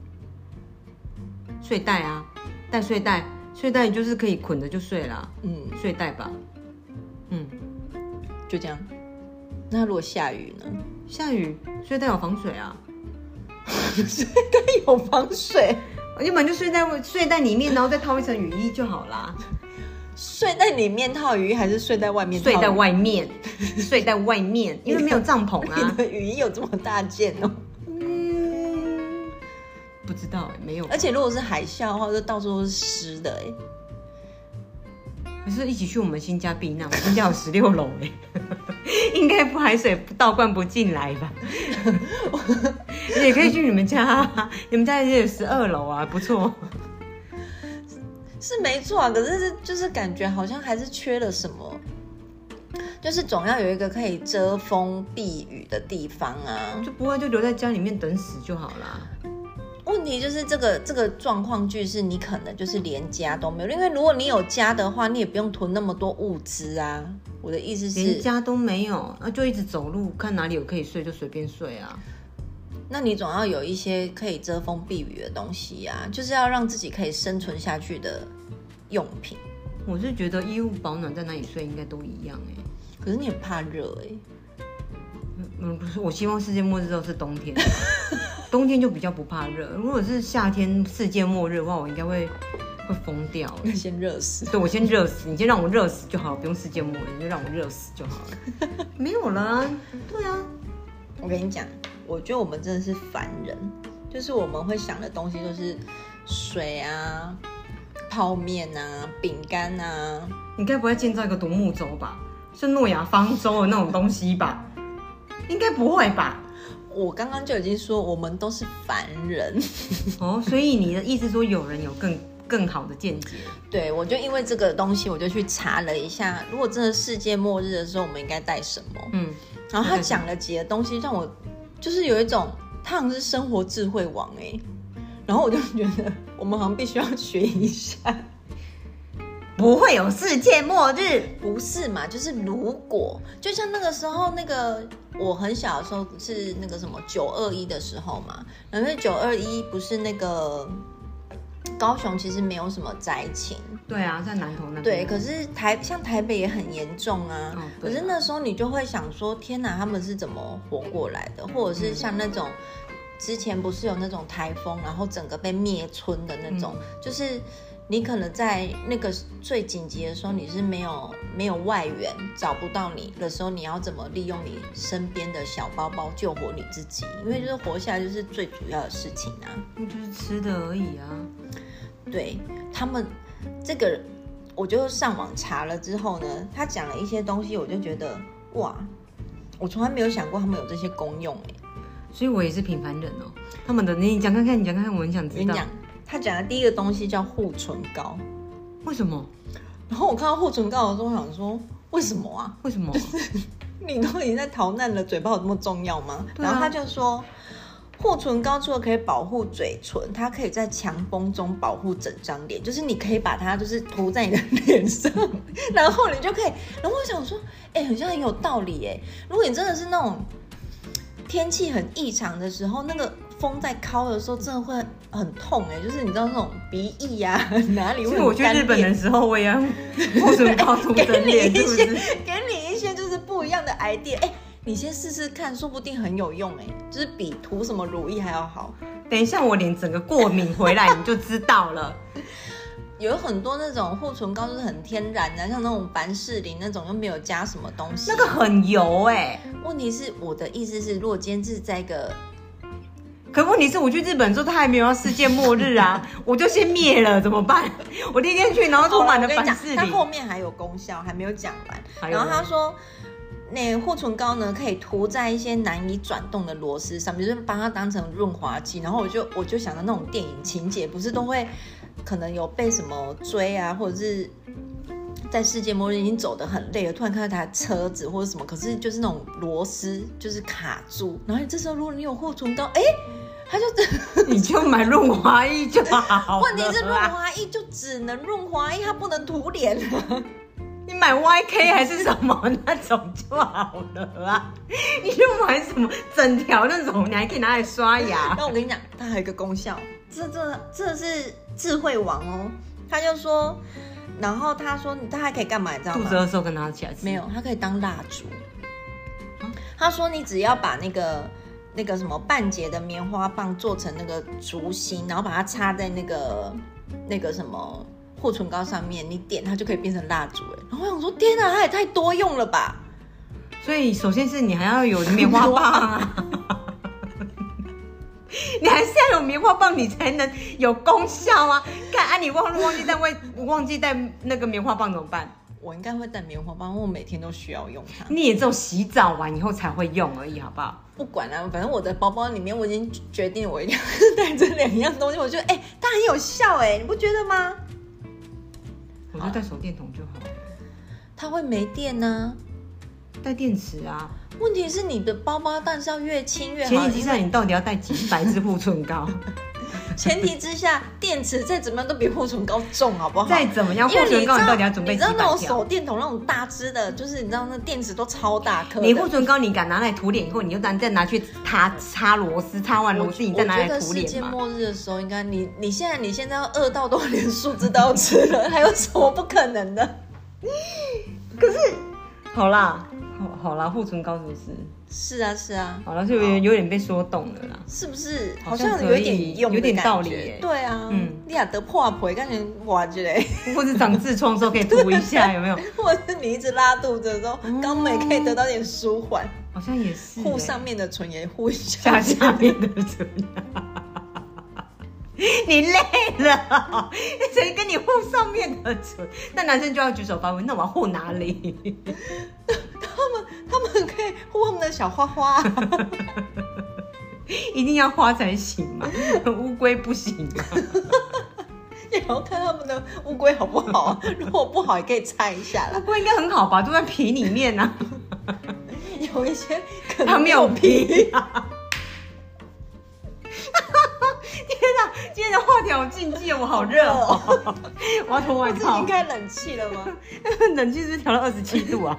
[SPEAKER 1] 睡袋啊，带睡袋，睡袋你就是可以捆着就睡啦，
[SPEAKER 2] 嗯，
[SPEAKER 1] 睡袋吧。嗯，
[SPEAKER 2] 就这样。那如果下雨呢？
[SPEAKER 1] 下雨睡袋有防水啊，
[SPEAKER 2] 有防水，
[SPEAKER 1] 要不然就睡在睡袋里面，然后再套一层雨衣就好啦。
[SPEAKER 2] 睡在里面套雨衣还是睡在外面套
[SPEAKER 1] 睡
[SPEAKER 2] 雨衣？
[SPEAKER 1] 在外面，睡在外 面，因为没有帐篷
[SPEAKER 2] 你
[SPEAKER 1] 啊。
[SPEAKER 2] 的雨衣有这么大件哦？
[SPEAKER 1] 嗯，不知道哎、没有。
[SPEAKER 2] 而且如果是海啸的话，就到处都是湿的哎。
[SPEAKER 1] 还是一起去我们新家避难，我们新家有十六楼哎， 应该不海水倒灌不进来吧？ 也可以去你们家、啊，你们家也有十二楼啊，不错。
[SPEAKER 2] 是没错啊，可是是就是感觉好像还是缺了什么，就是总要有一个可以遮风避雨的地方啊。
[SPEAKER 1] 就不会就留在家里面等死就好啦。
[SPEAKER 2] 问题就是这个这个状况剧是你可能就是连家都没有，因为如果你有家的话，你也不用囤那么多物资啊。我的意思
[SPEAKER 1] 连
[SPEAKER 2] 是，
[SPEAKER 1] 家都没有，那就一直走路，看哪里有可以睡就随便睡啊。
[SPEAKER 2] 那你总要有一些可以遮风避雨的东西啊，就是要让自己可以生存下去的用品。
[SPEAKER 1] 我是觉得衣物保暖在哪里睡应该都一样哎、
[SPEAKER 2] 可是你很怕热哎、
[SPEAKER 1] 嗯，不是，我希望世界末日都是冬天，啊冬天就比较不怕热。如果是夏天世界末日的话，我应该会会疯掉欸、
[SPEAKER 2] 欸， 先热死。
[SPEAKER 1] 对，我先热死，你先让我热死就好，不用世界末日，你就让我热死就好了。 没有啦，对啊，
[SPEAKER 2] 我跟你讲，我觉得我们真的是凡人，就是我们会想的东西就是水啊、泡面啊、饼干啊，
[SPEAKER 1] 你该不会建造一个独木舟吧？是诺亚方舟的那种东西吧？应该不会吧？
[SPEAKER 2] 我刚刚就已经说，我们都是凡人，
[SPEAKER 1] 哦，所以你的意思说有人有更更好的见解。
[SPEAKER 2] 对，我就因为这个东西，我就去查了一下，如果真的世界末日的时候，我们应该带什么？
[SPEAKER 1] 嗯，
[SPEAKER 2] 然后他讲了几个东西，让我就是有一种他好像是生活智慧王哎、然后我就觉得我们好像必须要学一下，
[SPEAKER 1] 不会有世界末日。
[SPEAKER 2] 不是嘛？就是如果就像那个时候那个。我很小的时候是那个什么九二一的时候嘛，然后九二一不是那个高雄其实没有什么灾情，
[SPEAKER 1] 对啊，在南投那边。
[SPEAKER 2] 对，可是台像台北也很严重啊。
[SPEAKER 1] 哦
[SPEAKER 2] 可
[SPEAKER 1] 对啊
[SPEAKER 2] 是那时候你就会想说，天哪，他们是怎么活过来的？或者是像那种之前不是有那种台风，然后整个被灭村的那种，
[SPEAKER 1] 嗯
[SPEAKER 2] 就是你可能在那个最紧急的时候，你是没有没有外援，找不到你的时候，你要怎么利用你身边的小包包救活你自己？因为就是活下来就是最主要的事情啊。
[SPEAKER 1] 那就是吃的而已啊。
[SPEAKER 2] 对他们这个，我就上网查了之后呢，他讲了一些东西，我就觉得哇，我从来没有想过他们有这些功用哎。
[SPEAKER 1] 所以我也是平凡人哦。他们的你讲看看，你讲看看，我很想
[SPEAKER 2] 我
[SPEAKER 1] 知
[SPEAKER 2] 跟你
[SPEAKER 1] 道
[SPEAKER 2] 讲，他讲的第一个东西叫护唇膏，
[SPEAKER 1] 为什么？
[SPEAKER 2] 然后我看到护唇膏的时候，我想说为什么啊？
[SPEAKER 1] 为什 么？
[SPEAKER 2] 你都已经在逃难了，嘴巴有那么重要吗？
[SPEAKER 1] 对啊
[SPEAKER 2] 然后他就说。护唇膏除了可以保护嘴唇，它可以在强风中保护整张脸，就是你可以把它就是涂在你的脸上， 然后你就可以。然后我想说，哎、好像很有道理哎。如果你真的是那种天气很异常的时候，那个风在敲的时候，真的会很痛哎，就是你知道那种鼻翼呀、 哪里
[SPEAKER 1] 因
[SPEAKER 2] 会
[SPEAKER 1] 为我
[SPEAKER 2] 有
[SPEAKER 1] 去
[SPEAKER 2] 干
[SPEAKER 1] 日本的
[SPEAKER 2] 裂
[SPEAKER 1] 时候，我 也要用护唇膏涂整脸，
[SPEAKER 2] 给
[SPEAKER 1] 是
[SPEAKER 2] 你
[SPEAKER 1] 不
[SPEAKER 2] 一些
[SPEAKER 1] 是？
[SPEAKER 2] 给你一些就是不一样的 idea。哎、你先试试看，说不定很有用哎、就是比涂什么乳液还要好。
[SPEAKER 1] 等一下我脸整个过敏回来，你就知道 了。
[SPEAKER 2] 有很多那种护唇膏就是很天然的，像那种凡士林那种又没有加什么东西。
[SPEAKER 1] 那个很油哎、
[SPEAKER 2] 问题是我的意思是，如果今天是在一个
[SPEAKER 1] 可问题是，我去日本的时候，他还没有要世界末日 啊，我就先灭了，怎么办？我第一天去，然后涂满了
[SPEAKER 2] 哦我跟你
[SPEAKER 1] 凡
[SPEAKER 2] 讲
[SPEAKER 1] 士，
[SPEAKER 2] 它
[SPEAKER 1] 林，
[SPEAKER 2] 后面还有功效，还没有讲
[SPEAKER 1] 还
[SPEAKER 2] 完。
[SPEAKER 1] 有
[SPEAKER 2] 然
[SPEAKER 1] 吗
[SPEAKER 2] 后他说，那护唇膏呢，可以涂在一些难以转动的螺丝上面，就是把它当成润滑剂。然后我就我就想到那种电影情节，不是都会可能有被什么追啊，或者是。在世界末日已经走得很累了，突然看到他的车子或者什么，可是就是那种螺丝就是卡住，然后你这时候如果你有护唇膏，哎、它就
[SPEAKER 1] 你就买润滑液就好了。啊
[SPEAKER 2] 问题是润，滑液就只能润滑液，它不能涂脸。
[SPEAKER 1] 你买 YK 还是什么那种就好了啊， 你就买什么整条那种，你还可以拿来刷 牙。
[SPEAKER 2] 那我跟你讲，它还有一个功效，这这这是智慧王哦。他就说，然后他说他还可以干嘛，你知道
[SPEAKER 1] 肚
[SPEAKER 2] 吗？
[SPEAKER 1] 子饿的时候跟拿起来吃，
[SPEAKER 2] 没有，它可以当蜡烛
[SPEAKER 1] 啊。
[SPEAKER 2] 他说你只要把那个那个什么半截的棉花棒做成那个烛芯，然后把它插在那个那个什么护唇膏上面，你点它就可以变成蜡烛。哎，然后我想说，天哪，它也太多用了吧！
[SPEAKER 1] 所以首先是你还要有棉花棒 啊，你还是要有棉花棒，你才能有功效啊。看啊，你忘了忘记带外，忘记带那个棉花棒怎么办？
[SPEAKER 2] 我应该会带棉花棒，因为我每天都需要用它。
[SPEAKER 1] 你也只有洗澡完以后才会用而已，好不好？
[SPEAKER 2] 不管了、反正我的包包里面我已经决定我一定要带这两样东西。我觉得，哎、它很有效、哎，你不觉得吗？
[SPEAKER 1] 我就带手电筒就好了，
[SPEAKER 2] 它会没电呢、
[SPEAKER 1] 带电池啊。
[SPEAKER 2] 问题是你的包包但是要越轻越好，
[SPEAKER 1] 前提之下，你到底要带几百支护唇 膏？
[SPEAKER 2] 前提之下，电池再怎么样都比护唇膏重，好不好？
[SPEAKER 1] 再怎么样，护
[SPEAKER 2] 因为
[SPEAKER 1] 唇
[SPEAKER 2] 你知
[SPEAKER 1] 膏你
[SPEAKER 2] 道，
[SPEAKER 1] 到底要准备
[SPEAKER 2] 你
[SPEAKER 1] 几
[SPEAKER 2] 知道那
[SPEAKER 1] 百
[SPEAKER 2] 种
[SPEAKER 1] 条
[SPEAKER 2] 手？电筒那种大支的，就是你知道那电池都超大颗的。
[SPEAKER 1] 你护唇膏你敢拿来涂脸以后，你就拿再拿去擦擦螺丝，擦完
[SPEAKER 2] 我
[SPEAKER 1] 螺丝你再拿
[SPEAKER 2] 我觉
[SPEAKER 1] 来
[SPEAKER 2] 得
[SPEAKER 1] 涂
[SPEAKER 2] 世界
[SPEAKER 1] 脸嘛。
[SPEAKER 2] 末日的时候，应该你你现在你现在要饿到都连树枝都要吃了，还有什么不可能的？
[SPEAKER 1] 好啦，好好啦，护唇膏是不是？
[SPEAKER 2] 是啊，是啊。
[SPEAKER 1] 好了，就有点有点被说动了啦。
[SPEAKER 2] 是不是
[SPEAKER 1] 好
[SPEAKER 2] 好
[SPEAKER 1] 像
[SPEAKER 2] 像
[SPEAKER 1] 可以
[SPEAKER 2] 有一点用的感觉，
[SPEAKER 1] 有点道理耶
[SPEAKER 2] 对啊，
[SPEAKER 1] 嗯
[SPEAKER 2] 嗯，你俩得破皮，感觉哇之嘞，
[SPEAKER 1] 或者长痔疮的时候可以涂一下，有没有？
[SPEAKER 2] 或者是你一直拉肚子的时候，肛门也可以得到点舒缓，
[SPEAKER 1] 好像也哦 是、欸。
[SPEAKER 2] 护上面的唇也护一下
[SPEAKER 1] 下。下面的唇。你累了，谁跟你护上面的唇？那男生就要举手发问，那我要护哪里？
[SPEAKER 2] 他们可以护他们的小花花，
[SPEAKER 1] 啊一定要花才行嘛，乌龟不行嘛。
[SPEAKER 2] 也然后看他们的乌龟好不好，如果不好也可以猜一下啦。
[SPEAKER 1] 不过应该很好吧，都在皮里面呢、
[SPEAKER 2] 有一些 可
[SPEAKER 1] 它
[SPEAKER 2] 能
[SPEAKER 1] 没有皮。天哪、今天的话题好禁忌，哦，我好热哦， 我要脱外
[SPEAKER 2] 不是已
[SPEAKER 1] 套
[SPEAKER 2] 经。开冷气了吗？
[SPEAKER 1] 冷气是不是调到二十七度啊？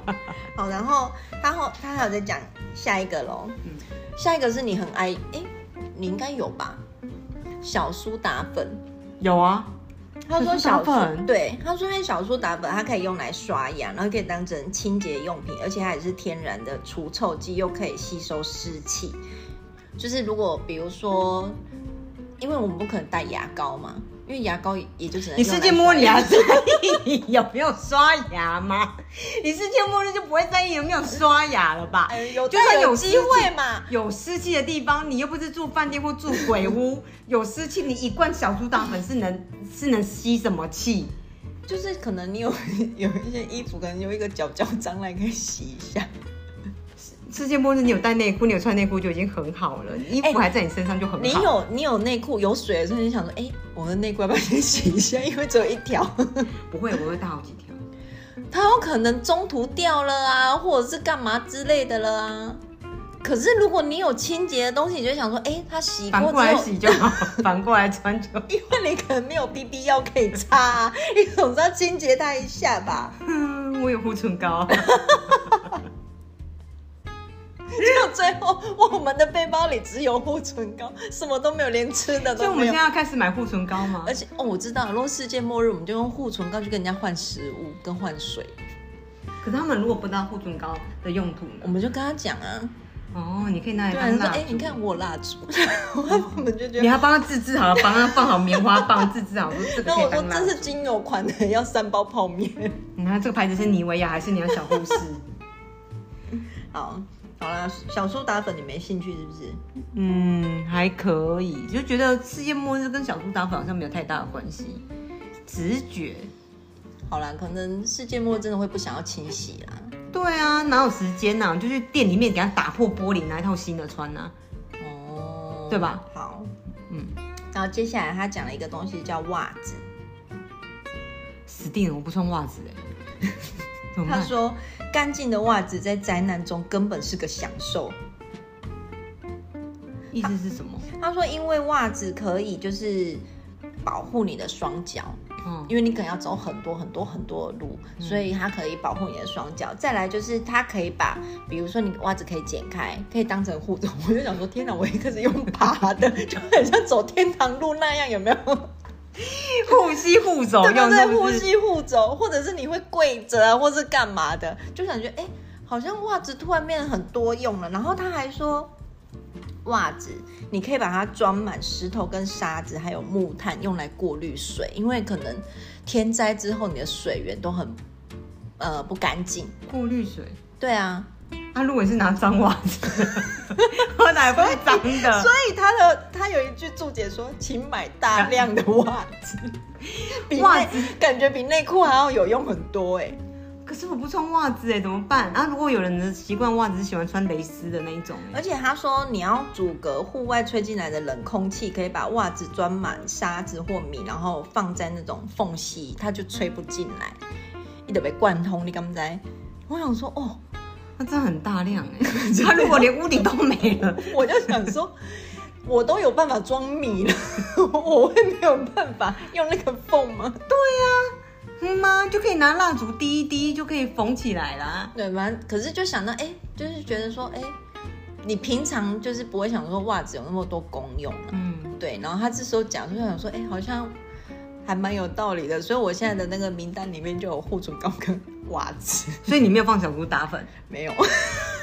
[SPEAKER 2] 好，然后他后他还有在讲下一个喽，
[SPEAKER 1] 嗯
[SPEAKER 2] 下一个是你很爱，哎、你应该有吧？小苏打粉，
[SPEAKER 1] 有啊，
[SPEAKER 2] 他说
[SPEAKER 1] 小
[SPEAKER 2] 小
[SPEAKER 1] 苏打粉
[SPEAKER 2] 对，他说因为小苏打粉它可以用来刷牙，然后可以当成清洁用品，而且它也是天然的除臭剂，又可以吸收湿气。就是如果比如说，因为我们不可能带牙膏嘛，因为牙膏也就只能
[SPEAKER 1] 你
[SPEAKER 2] 用
[SPEAKER 1] 世
[SPEAKER 2] 来
[SPEAKER 1] 界末
[SPEAKER 2] 刷
[SPEAKER 1] 日还在意有没有刷牙吗？你世界末日就不会在意有没有刷牙了吧？
[SPEAKER 2] 哎有
[SPEAKER 1] 就算
[SPEAKER 2] 但有
[SPEAKER 1] 湿
[SPEAKER 2] 机会
[SPEAKER 1] 气
[SPEAKER 2] 嘛，
[SPEAKER 1] 有湿气的地方，你又不是住饭店或住鬼屋，有湿气，你一罐小苏打粉是能是能吸什么气？
[SPEAKER 2] 就是可能你有 有一些衣服，可能有一个角角蟑螂可以洗一下。
[SPEAKER 1] 世界末日，你有带内裤，你有穿内裤就已经很好了，衣服还在你身上就很好。
[SPEAKER 2] 哎你有你有内裤有水的时候，你想说，哎、我的内裤要不要先洗一下？因为只有一条，
[SPEAKER 1] 不会？我会带好几条。
[SPEAKER 2] 它有可能中途掉了啊，或者是干嘛之类的了啊。可是如果你有清洁的东西，你就想说，哎、它洗
[SPEAKER 1] 反
[SPEAKER 2] 过
[SPEAKER 1] 过来
[SPEAKER 2] 之后，
[SPEAKER 1] 洗就好， 反过来穿就好。
[SPEAKER 2] 因为你可能没有 BB 药可以擦、啊， 你总是要清洁它一下吧。
[SPEAKER 1] 嗯我有护唇 膏，
[SPEAKER 2] 结果最后我们的背包里只有护唇膏，什么都没有，连吃的
[SPEAKER 1] 所以
[SPEAKER 2] 都
[SPEAKER 1] 我们
[SPEAKER 2] 没
[SPEAKER 1] 现
[SPEAKER 2] 有
[SPEAKER 1] 在。要开始买护唇膏吗
[SPEAKER 2] 而？且哦，我知道，如果世界末日，我们就用护唇膏去跟人家换食物跟换水，
[SPEAKER 1] 可是他们如果不知道护唇膏的用途
[SPEAKER 2] 我
[SPEAKER 1] 呢？
[SPEAKER 2] 们就跟他讲啊，
[SPEAKER 1] 哦，你可以拿来
[SPEAKER 2] 对啊，就
[SPEAKER 1] 当
[SPEAKER 2] 说
[SPEAKER 1] 蜡烛。嗯
[SPEAKER 2] 哎、你看我蜡烛， 我们就觉
[SPEAKER 1] 你
[SPEAKER 2] 得，
[SPEAKER 1] 还帮他自制好了，帮他放好棉花棒，自 制好，说这个
[SPEAKER 2] 那
[SPEAKER 1] 可
[SPEAKER 2] 我
[SPEAKER 1] 以
[SPEAKER 2] 说
[SPEAKER 1] 当蜡
[SPEAKER 2] 这是
[SPEAKER 1] 烛。
[SPEAKER 2] 精油款的，要三包泡面。
[SPEAKER 1] 你看这个牌子是妮维雅还是你要小护 士？
[SPEAKER 2] 好，好啦，小苏打粉你没兴趣是不是？
[SPEAKER 1] 嗯，还可以，就觉得世界末日跟小猪打粉好像没有太大的关系，直觉。
[SPEAKER 2] 好啦，可能世界末日真的会不想要清洗啦。
[SPEAKER 1] 对啊，哪有时间呐、啊？就去店里面给他打破玻璃，拿一套新的穿呐、啊。
[SPEAKER 2] 哦，
[SPEAKER 1] 对吧？
[SPEAKER 2] 好，
[SPEAKER 1] 嗯，
[SPEAKER 2] 然后接下来他讲了一个东西叫袜子，
[SPEAKER 1] 死定了，我不穿袜子哎、 怎么
[SPEAKER 2] 他
[SPEAKER 1] 办？
[SPEAKER 2] 说干净的袜子在灾难中根本是个享受。
[SPEAKER 1] 意思是 什么？
[SPEAKER 2] 他说，因为袜子可以就是保护你的双脚，
[SPEAKER 1] 嗯，
[SPEAKER 2] 因为你可能要走很多很多很多的路，所以它可以保护你的双脚。再来就是它可以把，比如说你袜子可以剪开，可以当成护肘。 我就想说，天哪，我一开始用爬的， 就很像走天堂路那样，有没有？
[SPEAKER 1] 护膝护肘
[SPEAKER 2] 对
[SPEAKER 1] 用
[SPEAKER 2] 不对？护
[SPEAKER 1] 是不是
[SPEAKER 2] 膝护肘，或者是你会跪着啊，或是干嘛的，就感觉哎、诶好像袜子突然变得很多用了。然后他还说。袜子，你可以把它装满石头跟沙子，还有木炭，用来过滤水，因为可能天灾之后你的水源都很呃不干净。
[SPEAKER 1] 过滤水。
[SPEAKER 2] 对啊，
[SPEAKER 1] 啊，如果你是拿脏袜子， 我哪不是脏
[SPEAKER 2] 所
[SPEAKER 1] 的？
[SPEAKER 2] 以他的他有一句注解说，请买大量的袜子，比
[SPEAKER 1] 袜
[SPEAKER 2] 内感觉比内裤还要有用很多哎、
[SPEAKER 1] 可是我不穿袜子哎，怎么办？啊，如果有人的习惯袜子是喜欢穿蕾丝的那一种哎
[SPEAKER 2] 而，且他说，你要阻隔户外吹进来的冷空气，可以把袜子装满沙子或米，然后放在那种缝隙，它就吹不进来，一直被贯通。你敢不知？我想说，哦，
[SPEAKER 1] 那真的很大量哎。 他如果连屋顶都没了，
[SPEAKER 2] 我就想说， 我都有办法装米了，我会没有办法用那个缝啊吗？
[SPEAKER 1] 嗯吗？就可以拿蜡烛滴一滴，就可以缝起来啦。
[SPEAKER 2] 对，反正可是就想到，哎、就是觉得说，哎、你平常就是不会想说袜子有那么多功用啊。
[SPEAKER 1] 嗯，
[SPEAKER 2] 对，然后他这时候讲，就想说，哎、好像还蛮有道理的，所以我现在的那个名单里面就有护唇膏跟袜子，
[SPEAKER 1] 所以你没有放小猪打 粉
[SPEAKER 2] 没有。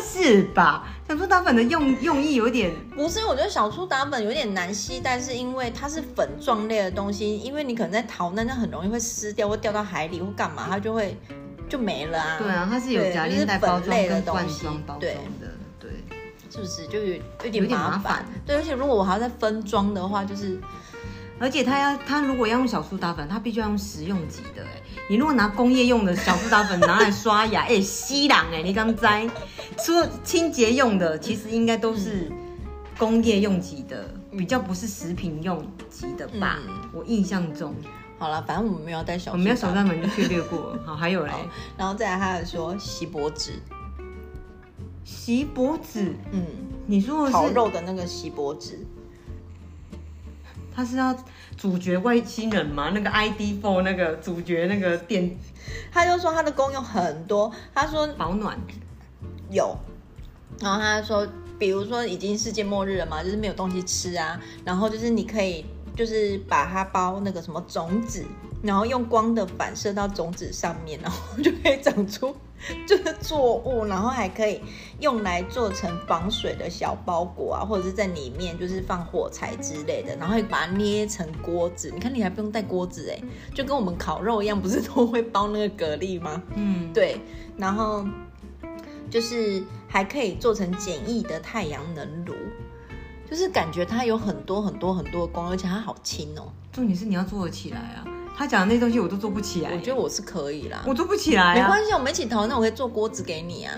[SPEAKER 1] 是吧？小猪打粉的用用意有点，
[SPEAKER 2] 不是，我觉得小苏打粉有点难吸，但是因为它是粉状类的东西，因为你可能在逃难，那很容易会湿掉，或掉到海里，或干嘛，它就会就没了啊。
[SPEAKER 1] 对啊，它是有
[SPEAKER 2] 对
[SPEAKER 1] 夹
[SPEAKER 2] 就是
[SPEAKER 1] 链袋
[SPEAKER 2] 粉
[SPEAKER 1] 包装
[SPEAKER 2] 类的
[SPEAKER 1] 跟
[SPEAKER 2] 东
[SPEAKER 1] 罐
[SPEAKER 2] 西
[SPEAKER 1] 装包装
[SPEAKER 2] 对
[SPEAKER 1] 的，对。
[SPEAKER 2] 是不是就有有点
[SPEAKER 1] 有点麻
[SPEAKER 2] 麻
[SPEAKER 1] 烦
[SPEAKER 2] 烦？对，而且如果我还要再分装的话，就是
[SPEAKER 1] 而且它要，它如果要用小苏打粉，它必须要用食用级的、哎，你如果拿工业用的小苏打粉拿来刷牙，哎、 吸狼哎、你刚摘，除了清洁用的，其实应该都是工业用级的，比较不是食品用级的吧？
[SPEAKER 2] 嗯
[SPEAKER 1] 我印象中，
[SPEAKER 2] 好了，反正我们没有带小，
[SPEAKER 1] 我们要手上门就去略过了。好，还有嘞，
[SPEAKER 2] 然后再来，他还说锡箔纸，
[SPEAKER 1] 锡箔纸，
[SPEAKER 2] 嗯，
[SPEAKER 1] 你说
[SPEAKER 2] 烤
[SPEAKER 1] 的是
[SPEAKER 2] 肉的那个锡箔纸，
[SPEAKER 1] 他是要主角外星人吗？那个 ID Four 那个主角那个电
[SPEAKER 2] 他就说它的功用很多，他说
[SPEAKER 1] 保暖，
[SPEAKER 2] 有，然后他说，比如说已经世界末日了嘛，就是没有东西吃啊，然后就是你可以就是把它包那个什么种子，然后用光的反射到种子上面，然后就可以长出就是作物，然后还可以用来做成防水的小包裹啊，或者是在里面就是放火柴之类的，然后把它捏成锅子。你看你还不用带锅子哎、就跟我们烤肉一样，不是都会包那个蛤蜊吗？
[SPEAKER 1] 嗯，
[SPEAKER 2] 对，然后就是还可以做成简易的太阳能炉，就是感觉它有很多很多很多的功用，而且它好轻哦。
[SPEAKER 1] 重点是你要做得起来啊。他讲的那东西我都做不起来，
[SPEAKER 2] 我觉得我是可以啦，
[SPEAKER 1] 我做不起来
[SPEAKER 2] 没
[SPEAKER 1] 啊。
[SPEAKER 2] 关系，我们一起讨论，我可以做锅子给你啊，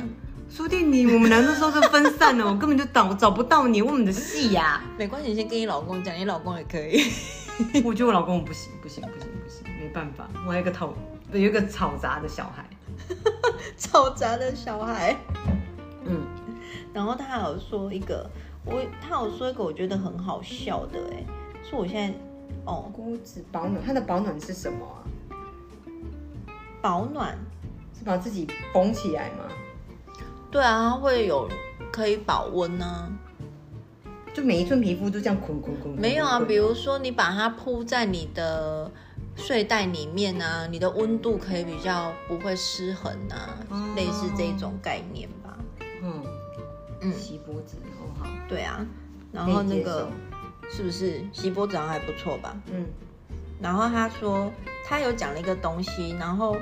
[SPEAKER 1] 说不定你我们两个说是分散了，我根本就找找不到你，问你的戏啊 呀、
[SPEAKER 2] 没关系，你先跟你老公讲，你老公也可以。
[SPEAKER 1] 我觉得我老公我不行，不行，不行，不行，没办法，我还有一个讨有一个吵杂的小孩，
[SPEAKER 2] 吵杂的小孩。
[SPEAKER 1] 嗯，
[SPEAKER 2] 然后他还有说一个，我他有说一个我觉得很好笑的、欸，哎，是我现在哦
[SPEAKER 1] 锅子保暖，它的保暖是什么啊？
[SPEAKER 2] 保暖，
[SPEAKER 1] 是把自己缝起来吗？
[SPEAKER 2] 对啊，它会有可以保温呢、啊。
[SPEAKER 1] 就每一寸皮肤都这样捆捆捆？
[SPEAKER 2] 没有啊，比
[SPEAKER 1] 如
[SPEAKER 2] 如说你把它铺在你的睡袋里面啊，你的温度可以比较不会失衡啊，
[SPEAKER 1] 哦
[SPEAKER 2] 类似这种概念吧。
[SPEAKER 1] 嗯
[SPEAKER 2] 嗯，
[SPEAKER 1] 洗脖子哦好，
[SPEAKER 2] 对啊。然后
[SPEAKER 1] 可以
[SPEAKER 2] 那
[SPEAKER 1] 接
[SPEAKER 2] 个
[SPEAKER 1] 受
[SPEAKER 2] 是不是锡箔纸好像还不错吧？
[SPEAKER 1] 嗯
[SPEAKER 2] 然后他说他有讲了一个东西，然后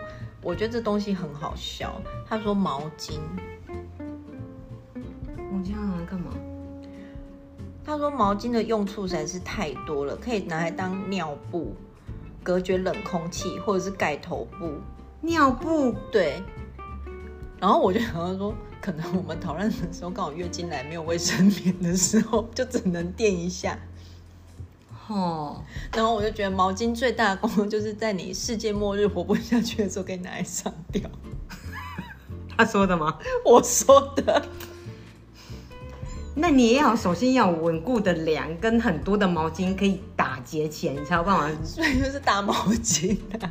[SPEAKER 2] 我觉得这东西很好笑。他说毛巾，
[SPEAKER 1] 我这样啊来干嘛？
[SPEAKER 2] 他说毛巾的用处实在是太多了，可以拿来当尿布，隔绝冷空气，或者是盖头布。
[SPEAKER 1] 尿布
[SPEAKER 2] 对，然后我就想到说，可能我们讨论的时候刚好月经来没有卫生棉的时候，就只能垫一下。
[SPEAKER 1] 哦，
[SPEAKER 2] 然后我就觉得毛巾最大的功能就是在你世界末日活不下去的时候，可以拿来上吊。
[SPEAKER 1] 他说的吗？
[SPEAKER 2] 我说的，
[SPEAKER 1] 那你也要首先要有稳固的梁跟很多的毛巾可以打结起来，你才有办法
[SPEAKER 2] 所以就是大毛巾啊。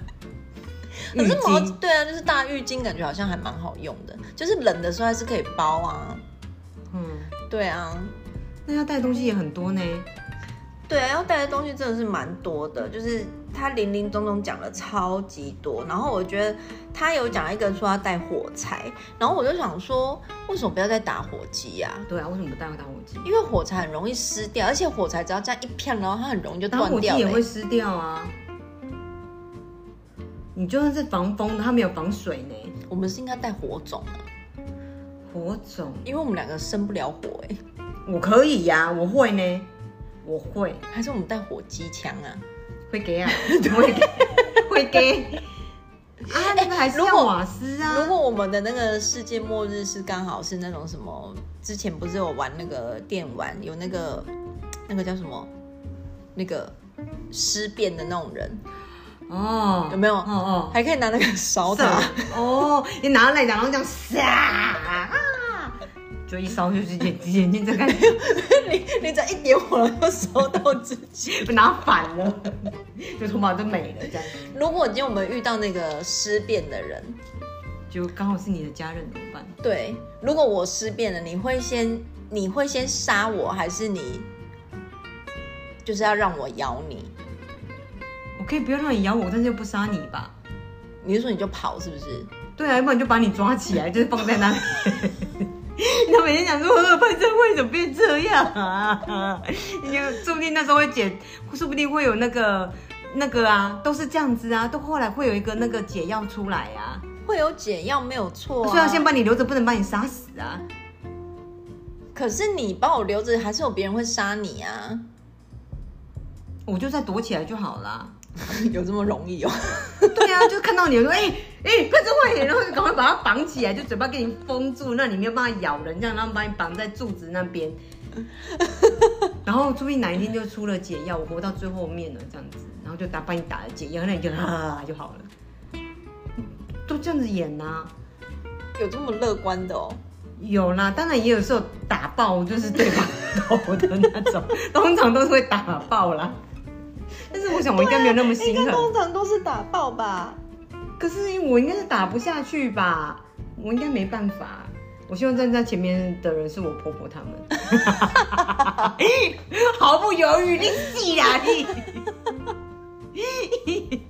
[SPEAKER 2] 可
[SPEAKER 1] 浴
[SPEAKER 2] 是毛
[SPEAKER 1] 巾
[SPEAKER 2] 对啊，就是大浴巾，感觉好像还蛮好用的，就是冷的时候还是可以包啊。
[SPEAKER 1] 嗯。
[SPEAKER 2] 对啊，
[SPEAKER 1] 那要带东西也很多呢，
[SPEAKER 2] 对啊，要带的东西真的是蛮多的，就是他零零总总讲了超级多。然后我觉得他有讲一个说要带火柴，然后我就想说，为什么不要再打火机呀、
[SPEAKER 1] 对啊，为什么不带打火机？
[SPEAKER 2] 因为火柴很容易湿掉，而且火柴只要这样一片，然后它很容易就
[SPEAKER 1] 打
[SPEAKER 2] 断
[SPEAKER 1] 火机
[SPEAKER 2] 掉
[SPEAKER 1] 也
[SPEAKER 2] 了、
[SPEAKER 1] 会湿掉啊。你就算是防风的，它没有防水呢。
[SPEAKER 2] 我们是应该带火种啊，
[SPEAKER 1] 火种，
[SPEAKER 2] 因为我们两个生不了火哎、
[SPEAKER 1] 我可以呀、我会呢，我会
[SPEAKER 2] 还是我们带火机枪啊？
[SPEAKER 1] 会给 啊，会给会给啊，那个还是
[SPEAKER 2] 如
[SPEAKER 1] 要
[SPEAKER 2] 果
[SPEAKER 1] 瓦斯啊。
[SPEAKER 2] 如果我们的那个世界末日是刚好是那种什么，之前不是有玩那个电玩，有那个那个叫什么，那个尸变的那种人，
[SPEAKER 1] 哦，
[SPEAKER 2] 有没有
[SPEAKER 1] 哦
[SPEAKER 2] 还可以拿那个
[SPEAKER 1] 哦，
[SPEAKER 2] 勺子
[SPEAKER 1] 射
[SPEAKER 2] 啊，
[SPEAKER 1] 哦，你拿来然后这样撒，啊就一烧就是眼眼睛睁开，
[SPEAKER 2] 你你只要一点火然后烧到自己。
[SPEAKER 1] 拿反了，就头发都没了这样。
[SPEAKER 2] 如果今天我们遇到那个尸变的人，
[SPEAKER 1] 就刚好是你的家人怎么办？
[SPEAKER 2] 对，如果我尸变了，你会先你会先杀我，还是你就是要让我咬你？
[SPEAKER 1] 我可以不要让你咬我，但是又不杀你吧？
[SPEAKER 2] 你是说你就跑是不是？
[SPEAKER 1] 对啊，要不然就把你抓起来，就是放在 那里。他每天想说，呃潘正惠怎么变这样啊？你看说不定那时候会解，说不定会有那个那个啊，都是这样子啊，都后来会有一个那个解药出来啊，
[SPEAKER 2] 会有解药没有错、啊，
[SPEAKER 1] 所以要先把你留着，不能把你杀死啊。
[SPEAKER 2] 可是你把我留着，还是有别人会杀你啊？
[SPEAKER 1] 我就再躲起来就好啦。
[SPEAKER 2] 有这么容易哦？
[SPEAKER 1] 对啊，就看到你我说，哎、哎、潘正惠，然后就赶快把它绑起来，就嘴巴给你封住，那你没有办法咬人，这样，然后把你绑在柱子那边，然后注意哪一天就出了解药，我活到最后面了这样子，然后就打帮你打了解药，那你就啊就好了，都这样子演呐、
[SPEAKER 2] 有这么乐观的哦？
[SPEAKER 1] 有啦，当然也有时候打爆就是对方头的那种，通常都是会打爆啦。 但是我想 我应该没有那么心
[SPEAKER 2] 应
[SPEAKER 1] 狠，
[SPEAKER 2] 该通常都是打爆吧？
[SPEAKER 1] 可是我应该是打不下去吧，我应该没办法。我希望站在前面的人是我婆婆他们， 毫不犹豫，你死啊啦你！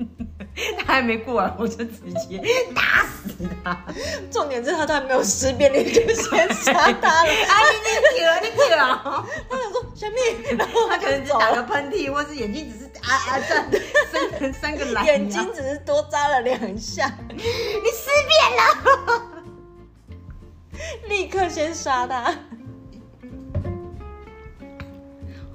[SPEAKER 1] 他还没过来，我就直接打死他！啊，
[SPEAKER 2] 重点是他都还没有尸变，你就先杀 他了。
[SPEAKER 1] 哎你你了，你丢了！
[SPEAKER 2] 他想说小 蜜，然后
[SPEAKER 1] 他可能只
[SPEAKER 2] 走
[SPEAKER 1] 打个喷嚏，或是眼睛只是啊啊这 样三三个蓝，
[SPEAKER 2] 眼睛只是多扎了两下，
[SPEAKER 1] 你尸变了。
[SPEAKER 2] 立刻先杀他。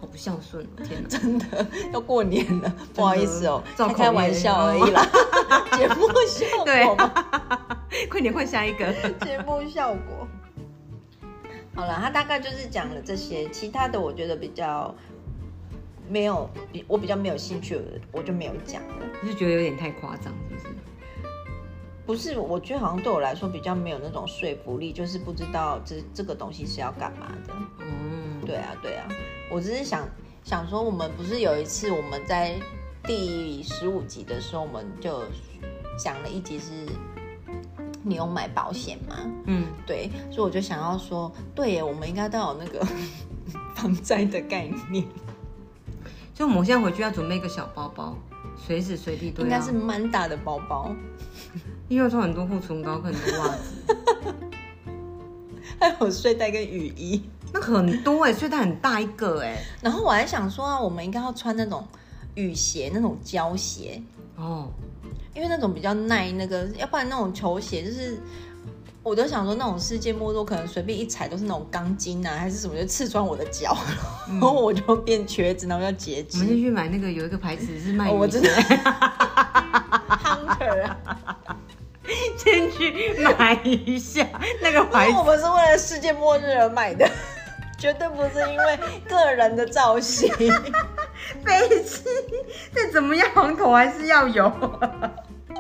[SPEAKER 1] 好不孝顺哦！天 哪，
[SPEAKER 2] 真的要过年了，不好意思哦，
[SPEAKER 1] 造
[SPEAKER 2] 开
[SPEAKER 1] 口
[SPEAKER 2] 开玩
[SPEAKER 1] 业
[SPEAKER 2] 笑而已啦， 节目效果嘛，啊
[SPEAKER 1] 快点换下一个。
[SPEAKER 2] 节目效果。好了，他大概就是讲了这些，其他的我觉得比较没有，比我比较没有兴趣，我就没有讲了。
[SPEAKER 1] 你是觉得有点太夸张，是不是？
[SPEAKER 2] 不是，我觉得好像对我来说比较没有那种说服力，就是不知道这这个东西是要干嘛的。
[SPEAKER 1] 哦，
[SPEAKER 2] 对啊，对啊，我只是想想说，我们不是有一次我们在第十五集的时候，我们就讲了一集是你有买保险吗？
[SPEAKER 1] 嗯，
[SPEAKER 2] 对，所以我就想要说，对耶，我们应该都有那个 防灾的概念，
[SPEAKER 1] 就我们现在回去要准备一个小包包，随时随地都
[SPEAKER 2] 应
[SPEAKER 1] 要
[SPEAKER 2] 该是。蛮大的包包，
[SPEAKER 1] 因为要穿很多护唇膏跟很多袜子，
[SPEAKER 2] 还有睡袋跟雨衣。
[SPEAKER 1] 那很多哎、欸，睡袋很大一个哎、
[SPEAKER 2] 然后我还想说啊，我们应该要穿那种雨鞋，那种胶鞋，
[SPEAKER 1] 哦，
[SPEAKER 2] 因为那种比较耐那个，要不然那种球鞋就是，我都想说那种世界末日可能随便一踩都是那种钢筋啊，还是什么就刺穿我的脚，
[SPEAKER 1] 嗯
[SPEAKER 2] 然后我就变瘸子，然后要截
[SPEAKER 1] 我们就
[SPEAKER 2] 肢。
[SPEAKER 1] 去买那个有一个牌子是卖
[SPEAKER 2] 哦
[SPEAKER 1] 雨
[SPEAKER 2] 我
[SPEAKER 1] 鞋
[SPEAKER 2] 知道 Hunter 啊，
[SPEAKER 1] 先去买一下那个
[SPEAKER 2] 因
[SPEAKER 1] 牌
[SPEAKER 2] 为我
[SPEAKER 1] 子。
[SPEAKER 2] 们是为了世界末日而买的，绝对不是因为个人的造 型。
[SPEAKER 1] 北京再怎么样，行头还是要有。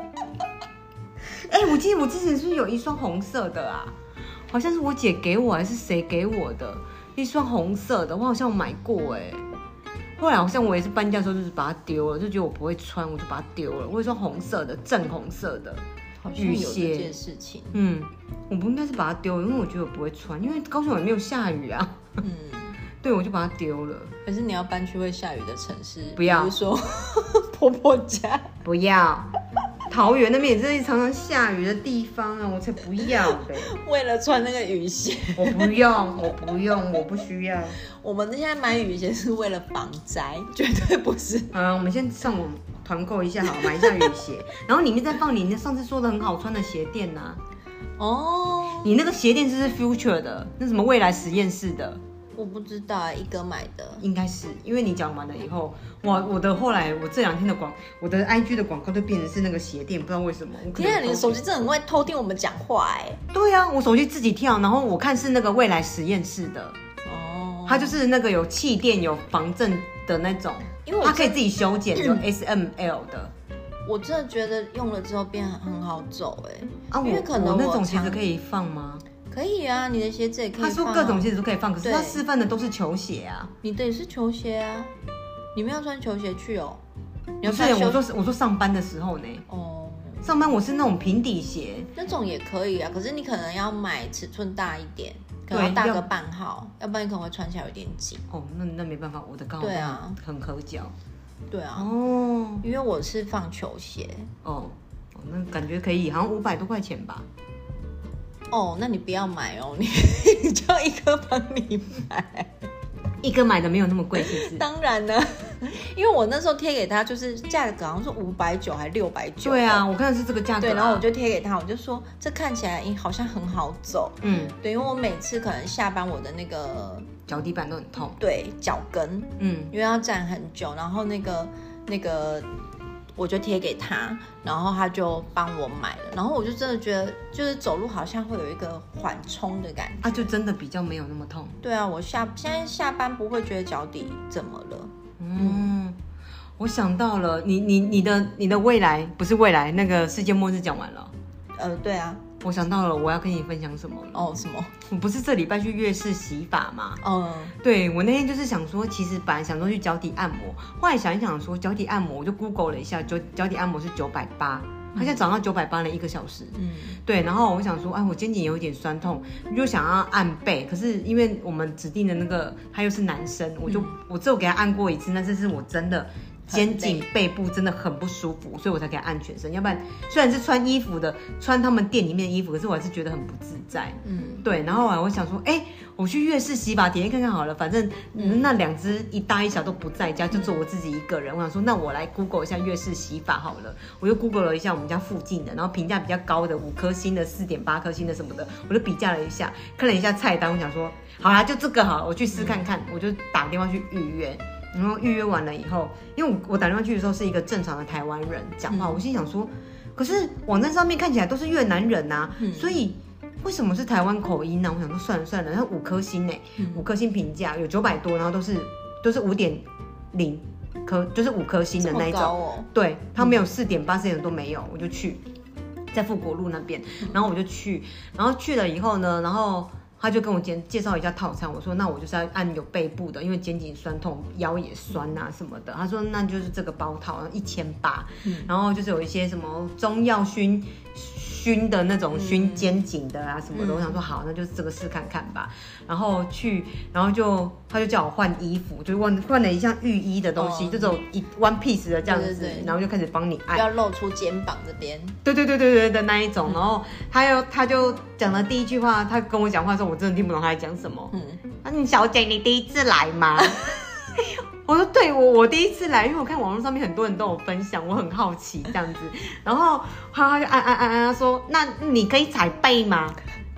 [SPEAKER 1] 哎、我记得我之前是不是有一双红色的啊，好像是我姐给我还是谁给我的一双红色的，我好像有买过哎、后来好像我也是搬家的时候就是把它丢了，就觉得我不会穿，我就把它丢了。我有一双红色的，正红色的，
[SPEAKER 2] 好像
[SPEAKER 1] 雨
[SPEAKER 2] 有这
[SPEAKER 1] 鞋
[SPEAKER 2] 件事情，
[SPEAKER 1] 嗯，我不应该是把它丢了，因为我觉得我不会穿，因为高雄也没有下雨啊。
[SPEAKER 2] 嗯。
[SPEAKER 1] 对，我就把它丢了。
[SPEAKER 2] 可是你要搬去会下雨的城市，
[SPEAKER 1] 不要
[SPEAKER 2] 比如说 婆婆家。
[SPEAKER 1] 不要，桃园那边也是常常下雨的地方啊，我才不要呗！
[SPEAKER 2] 为了穿那个雨鞋，
[SPEAKER 1] 我不用，我不用，我不需 要。
[SPEAKER 2] 我们现在买雨鞋是为了防灾，绝对不是。
[SPEAKER 1] 好了，我们先上网团购一下好了，买一下雨鞋，然后里面再放你那上次说的很好穿的鞋垫呐、
[SPEAKER 2] 哦，
[SPEAKER 1] 你那个鞋垫是不是 Future 的，那什么未来实验室的，
[SPEAKER 2] 我不知道啊，一哥买的。
[SPEAKER 1] 应该是，因为你讲完了以后，哇，我的后来我这两天的广，我的 IG 的广告都变成是那个鞋垫，不知道为什么。我可能
[SPEAKER 2] 天啊，你的
[SPEAKER 1] 都
[SPEAKER 2] 手机真的很会偷听我们讲话哎、
[SPEAKER 1] 对啊，我手机自己跳，然后我看是那个未来实验室的。
[SPEAKER 2] 哦，
[SPEAKER 1] 它就是那个有气垫、有防震的那种，
[SPEAKER 2] 因为我嗯
[SPEAKER 1] 它可以自己修剪，有 S M L 的
[SPEAKER 2] 我真的觉得用了之后变很好走哎、
[SPEAKER 1] 啊。我
[SPEAKER 2] 因为可能
[SPEAKER 1] 我那
[SPEAKER 2] 我
[SPEAKER 1] 种鞋子
[SPEAKER 2] 常
[SPEAKER 1] 可以放吗？
[SPEAKER 2] 可以啊，你的鞋子也可以、
[SPEAKER 1] 他
[SPEAKER 2] 啊。
[SPEAKER 1] 说各种，鞋子都可以放，可是
[SPEAKER 2] 对
[SPEAKER 1] 他示范的都是球鞋啊。
[SPEAKER 2] 你的也是球鞋啊，你们要穿球鞋去哦。你
[SPEAKER 1] 不
[SPEAKER 2] 要
[SPEAKER 1] 是
[SPEAKER 2] 穿，
[SPEAKER 1] 我
[SPEAKER 2] 球
[SPEAKER 1] 说我说上班的时候呢，
[SPEAKER 2] 哦，
[SPEAKER 1] 上班我是那种平底鞋，
[SPEAKER 2] 那种也可以啊，可是你可能要买尺寸大一点，可
[SPEAKER 1] 对
[SPEAKER 2] 能要大
[SPEAKER 1] 要
[SPEAKER 2] 个半号，要不然你可能会穿起来有点紧。
[SPEAKER 1] 哦，那那没办法，我的刚好
[SPEAKER 2] 对啊
[SPEAKER 1] 很合脚
[SPEAKER 2] 对啊，
[SPEAKER 1] 哦
[SPEAKER 2] 因为我是放球鞋
[SPEAKER 1] 哦。哦那感觉可以，好像五百多块钱吧。
[SPEAKER 2] 哦，那你不要买哦， 你你叫一哥帮 你买。
[SPEAKER 1] 一个买的没有那么贵，是不是？
[SPEAKER 2] 当然呢， 因为我那时候贴给他就是价格好像是五百九还六百九，哦
[SPEAKER 1] 对啊，，我看的是这个价格、啊。
[SPEAKER 2] 对，然后我就贴给他，我就说这看起来好像很好走，
[SPEAKER 1] 嗯，
[SPEAKER 2] 对，因为我每次可能下班我的那个
[SPEAKER 1] 脚底板都很痛。
[SPEAKER 2] 对脚跟，
[SPEAKER 1] 嗯
[SPEAKER 2] 因为要站很久，然后那个那个我就贴给他，然后他就帮我买了，然后我就真的觉得，就是走路好像会有一个缓冲的感觉。
[SPEAKER 1] 啊，就真的比较没有那么痛。
[SPEAKER 2] 对啊，我下现在下班不会觉得脚底怎么了。
[SPEAKER 1] 嗯，我想到了，你你你的你的未来不是未来，那个世界末日讲完了，
[SPEAKER 2] 呃，对啊，
[SPEAKER 1] 我想到了，我要跟你分享什么了。
[SPEAKER 2] 哦什么，
[SPEAKER 1] 我不是这礼拜去月市洗发吗？
[SPEAKER 2] 嗯
[SPEAKER 1] 对我那天就是想说，其实本来想说去脚底按摩，后来想一想说脚底按摩，我就 Google 了一下，脚脚底按摩是九百八，它现在涨到九百八了一个小时。
[SPEAKER 2] 嗯
[SPEAKER 1] 对，然后我想说，哎，我肩颈有一点酸痛，就想要按背，可是因为我们指定的那个他又是男生，我就、我只有给他按过一次，那次是我真的肩颈背部真的很不舒服，所以我才给他按全身，要不然虽然是穿衣服的，穿他们店里面的衣服，可是我还是觉得很不自在。
[SPEAKER 2] 嗯，
[SPEAKER 1] 对，然后啊，我想说，哎、我去月市洗发体验看看好了，反正、嗯那两只一大一小都不在家，就
[SPEAKER 2] 嗯
[SPEAKER 1] 只有我自己一个人。我想说，那我来 Google 一下月市洗发好了，我就 Google 了一下我们家附近的，然后评价比较高的五颗星的、四点八颗星的什么的，我就比价了一下，看了一下菜单，我想说，好啦，就这个好了，我去试看
[SPEAKER 2] 嗯
[SPEAKER 1] 看，我就打电话去预约。然后预约完了以后，因为我我打电话去的时候是一个正常的台湾人讲话，
[SPEAKER 2] 嗯
[SPEAKER 1] 我心想说，可是网站上面看起来都是越南人啊呐、
[SPEAKER 2] 嗯
[SPEAKER 1] 所以为什么是台湾口音呢、我想说算了算了，它五颗星呢、
[SPEAKER 2] 嗯
[SPEAKER 1] 五颗星评价有九百多，然后都是都是五点零颗，就是五颗星的
[SPEAKER 2] 这
[SPEAKER 1] 那
[SPEAKER 2] 么
[SPEAKER 1] 一
[SPEAKER 2] 高
[SPEAKER 1] 种。
[SPEAKER 2] 哦，
[SPEAKER 1] 对，它没有四点八、四点都没有，
[SPEAKER 2] 嗯
[SPEAKER 1] 我就去在富国路那边，然后我就去，然后去了以后呢，然后。他就跟我介介绍一下套餐，我说那我就是要按有背部的，因为肩颈酸痛，腰也酸啊什么的。他说那就是这个包套，一千八，
[SPEAKER 2] 嗯
[SPEAKER 1] 然后就是有一些什么中药熏熏的那种熏
[SPEAKER 2] 嗯
[SPEAKER 1] 肩颈的啊什么的。
[SPEAKER 2] 嗯
[SPEAKER 1] 我想说好，那就这个试看看吧。然后去，然后就他就叫我换衣服，就换换了一项浴衣的东西，
[SPEAKER 2] 哦
[SPEAKER 1] 这种一 one piece 的这样子，
[SPEAKER 2] 对对对
[SPEAKER 1] 然后就开始帮你
[SPEAKER 2] 不
[SPEAKER 1] 按，
[SPEAKER 2] 要露出肩膀这边，
[SPEAKER 1] 对对对对对的那一
[SPEAKER 2] 嗯
[SPEAKER 1] 种。然后他又他就讲了第一句话，他跟我讲话的时候，我真的听不懂他在讲什么。
[SPEAKER 2] 嗯，
[SPEAKER 1] 他说：“小姐，你第一次来 吗？”我说：“对，我我第一次来，因为我看网络上面很多人都有分享，我很好奇这样子。”然后他就啊按按按按，他说：“那你可以踩背吗？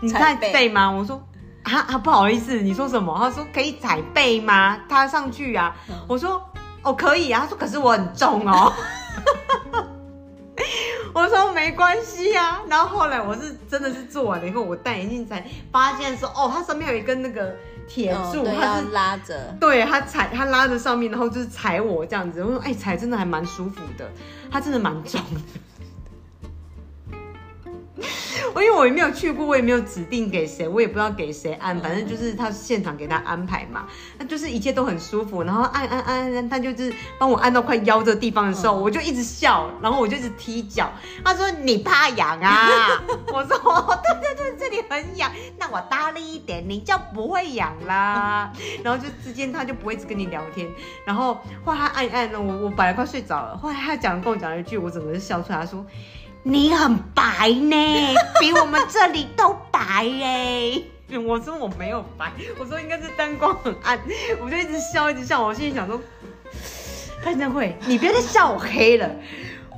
[SPEAKER 1] 你踩
[SPEAKER 2] 踩背
[SPEAKER 1] 背吗？”我说：“啊啊，不好意思，你说什么？”他说：“可以踩背吗？他上去啊。”
[SPEAKER 2] 嗯
[SPEAKER 1] 我说：“哦，可以啊。”他说：“可是我很重哦。” 我说没关系啊，然后后来我是真的是做完了以后，我戴眼镜才发现说，哦，它上面有一根那个铁柱，
[SPEAKER 2] 嗯对，
[SPEAKER 1] 它
[SPEAKER 2] 要
[SPEAKER 1] 是
[SPEAKER 2] 拉着，
[SPEAKER 1] 对他踩，他拉着上面，然后就是踩我这样子。我说，哎、踩真的还蛮舒服的，他真的蛮重的。我因为我也没有去过，我也没有指定给谁，我也不知道给谁按，反正就是他现场给他安排嘛，那就是一切都很舒服。然后按按按按，他就是帮我按到快腰这地方的时候，
[SPEAKER 2] 嗯
[SPEAKER 1] 我就一直笑，然后我就一直踢脚。他说你怕痒啊？我说对对对，这里很痒，那我大力一点，你就不会痒啦。然后就之间他就不会一直跟你聊天，然后后来他按一按呢，我我本来快睡着了，后来他讲跟我讲了一句，我整个就笑出来，他说。你很白呢，比我们这里都白嘞。 我说我没有白，我说应该是灯光很暗，我就一直笑一直笑，我心里想说，潘正慧，你别再笑我黑了。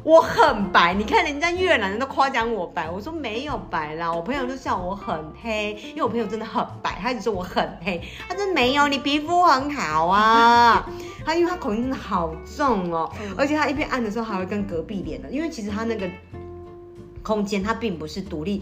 [SPEAKER 1] 我很白，你看人家越南人都夸奖我白，我说没有白啦，我朋友就笑我很黑，因为我朋友真的很白，他一直说我很黑，他说没有，你皮肤很好 啊，他因为他口音真的好重哦，
[SPEAKER 2] 嗯
[SPEAKER 1] 而且他一边按的时候还会跟隔壁连的，因为其实他那个空间它并不是独立，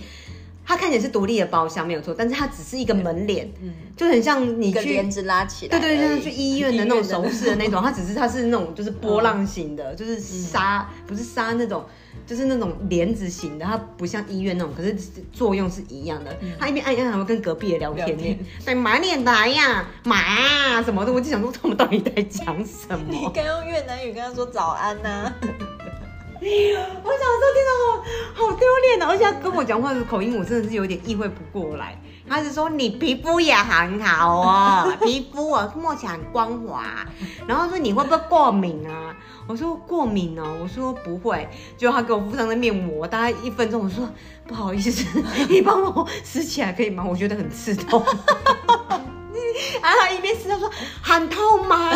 [SPEAKER 1] 它看起来是独立的包厢没有错，但是它只是一个门帘，
[SPEAKER 2] 嗯，
[SPEAKER 1] 就很像你
[SPEAKER 2] 一个
[SPEAKER 1] 去
[SPEAKER 2] 帘子拉起来
[SPEAKER 1] 对
[SPEAKER 2] 而已，
[SPEAKER 1] 对，就是去医院的那种手
[SPEAKER 2] 医嗯
[SPEAKER 1] 势的那种，它只是它是那种就是波浪形的，就是纱不是纱那种，就是那种帘子型的，它不像医院那种，可是作用是一样的。它一边按一按，还会跟隔壁的聊天
[SPEAKER 2] 嗯聊天
[SPEAKER 1] 呢，对，马脸来呀，马啊什么的，我就想说他们到底在讲什么？
[SPEAKER 2] 你该用越南语跟他说早安啊呐、
[SPEAKER 1] 我想说，天哪，好好丢脸哦！而且他跟我讲话的口音，我真的是有点意会不过来。他是说你皮肤也很好哦，皮肤啊摸起来很光滑。然后说你会不会过敏啊？我说过敏哦，我说不会。结果他给我敷上了面膜，大概一分钟，我说不好意思， 你帮我撕起来可以吗？我觉得 很刺痛。啊，他一边撕他说很痛吗？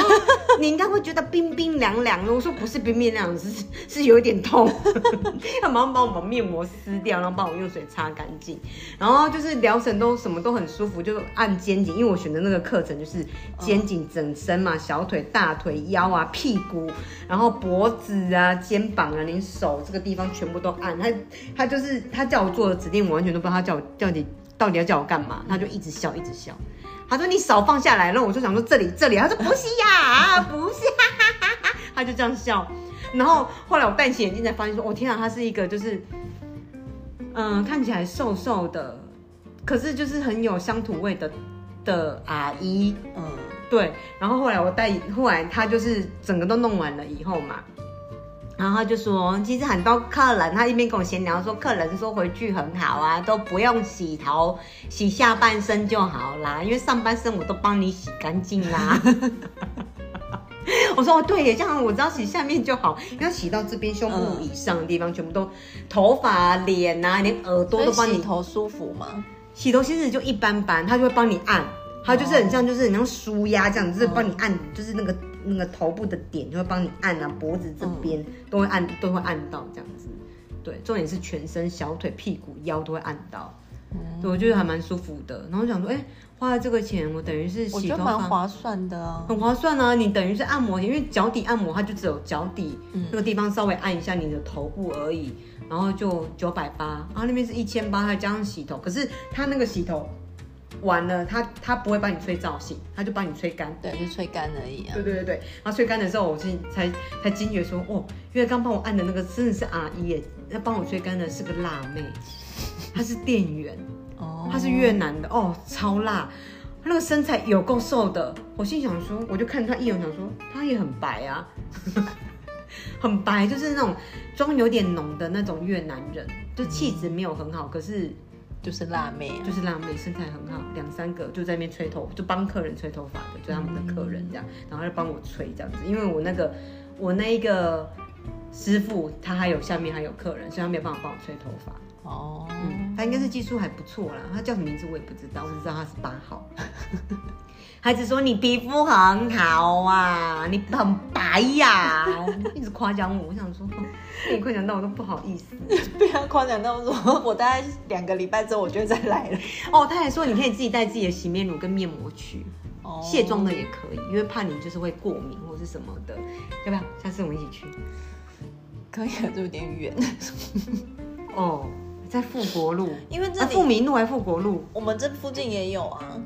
[SPEAKER 1] 你应该会觉得冰冰凉凉的。我说不是冰冰凉凉，是是有一点痛。他马上把我把面膜撕掉，然后把我用水擦干净。然后就是疗程都什么都很舒服，就按肩颈，因为我选的那个课程就是肩颈整身嘛，小腿、大腿、腰啊、屁股，然后脖子啊、肩膀啊，连手这个地方全部都按。他他就是他叫我做的指令，我完全都不知道他叫我叫你到底要叫我干嘛，他就一直笑一直笑。他说你手放下来，然后我就想说这里这里，他说不是呀，不是，哈哈哈哈， 他就这样笑。然后后来我戴起眼镜才发现说，哦天啊，他是一个就是，嗯、看起来瘦瘦的，可是就是很有乡土味的的阿姨。
[SPEAKER 2] 嗯，
[SPEAKER 1] 对，然后后来我戴，后来他就是整个都弄完了以后嘛，然后他就说，其实很多客人，他一边跟我闲聊说，客人说回去很好啊，都不用洗头，洗下半身就好啦，因为上半身我都帮你洗干净啦。 我说哦，对耶，这样我只要洗下面就好，要洗到这边胸部以上的地方，全部都头发、脸啊，连耳朵
[SPEAKER 2] 所
[SPEAKER 1] 都
[SPEAKER 2] 以
[SPEAKER 1] 帮你
[SPEAKER 2] 洗头舒服吗？
[SPEAKER 1] 洗头其实就一般般，他就会帮你按，他就是很像就是很像舒压这样，就是帮你按，就是那个那个头部的点就会帮你按啊，脖子这边、都会按，都会按到这样子。对，重点是全身、小腿、屁股、腰都会按到，对我觉得还蛮舒服的。然后我想说，哎、花了这个钱，我等于是
[SPEAKER 2] 我
[SPEAKER 1] 洗
[SPEAKER 2] 觉
[SPEAKER 1] 头
[SPEAKER 2] 得蛮
[SPEAKER 1] 发。
[SPEAKER 2] 划算的啊。
[SPEAKER 1] 很划算啊！你等于是按摩，因为脚底按摩它就只有脚底、那个地方稍微按一下你的头部而已，然后就九百八，然后那边是一千八，还加上洗头。可是它那个洗头完了，它它不会帮你吹造型，它就帮你吹干。
[SPEAKER 2] 对，就吹干而已啊
[SPEAKER 1] 对。对对对，然后吹干的时候，我才才才惊觉说，哦，因为刚帮我按的那个真的是阿姨耶，那帮我吹干的是个辣妹，她是店员。
[SPEAKER 2] 哦，
[SPEAKER 1] 他是越南的哦，超辣，他那个身材有够瘦的。我心想说，我就看他一眼，想说他也很白啊， 很白，就是那种妆有点浓的那种越南人，就气质没有很好，可是
[SPEAKER 2] 就是辣妹啊。
[SPEAKER 1] 就是辣妹，身材很好，两三个就在那边吹头，就帮客人吹头发的，就他们的客人这样，然后就帮我吹这样子，因为我那个我那一个师傅他还有下面还有客人，所以他没有办法帮我吹头发。
[SPEAKER 2] 哦，
[SPEAKER 1] 嗯，他应该是技术还不错啦。他叫什么名字我也不知道，我只知道他是八号。孩子说你皮肤很好啊，你很白呀、一直夸奖我。我想说，被你夸奖到我都不好意思。
[SPEAKER 2] 被他啊夸奖到说，我大概两个礼拜之后我就会再来了。
[SPEAKER 1] 哦，他还说你可以自己带自己的洗面乳跟面膜去，
[SPEAKER 2] 哦，
[SPEAKER 1] 卸妆的也可以，因为怕你就是会过敏或是什么的，要不要？下次我们一起去。
[SPEAKER 2] 可以啊，就有点远，
[SPEAKER 1] 哦，在富国路，
[SPEAKER 2] 因为这
[SPEAKER 1] 啊，富
[SPEAKER 2] 里
[SPEAKER 1] 民路还是富国路？
[SPEAKER 2] 我们这附近也有啊。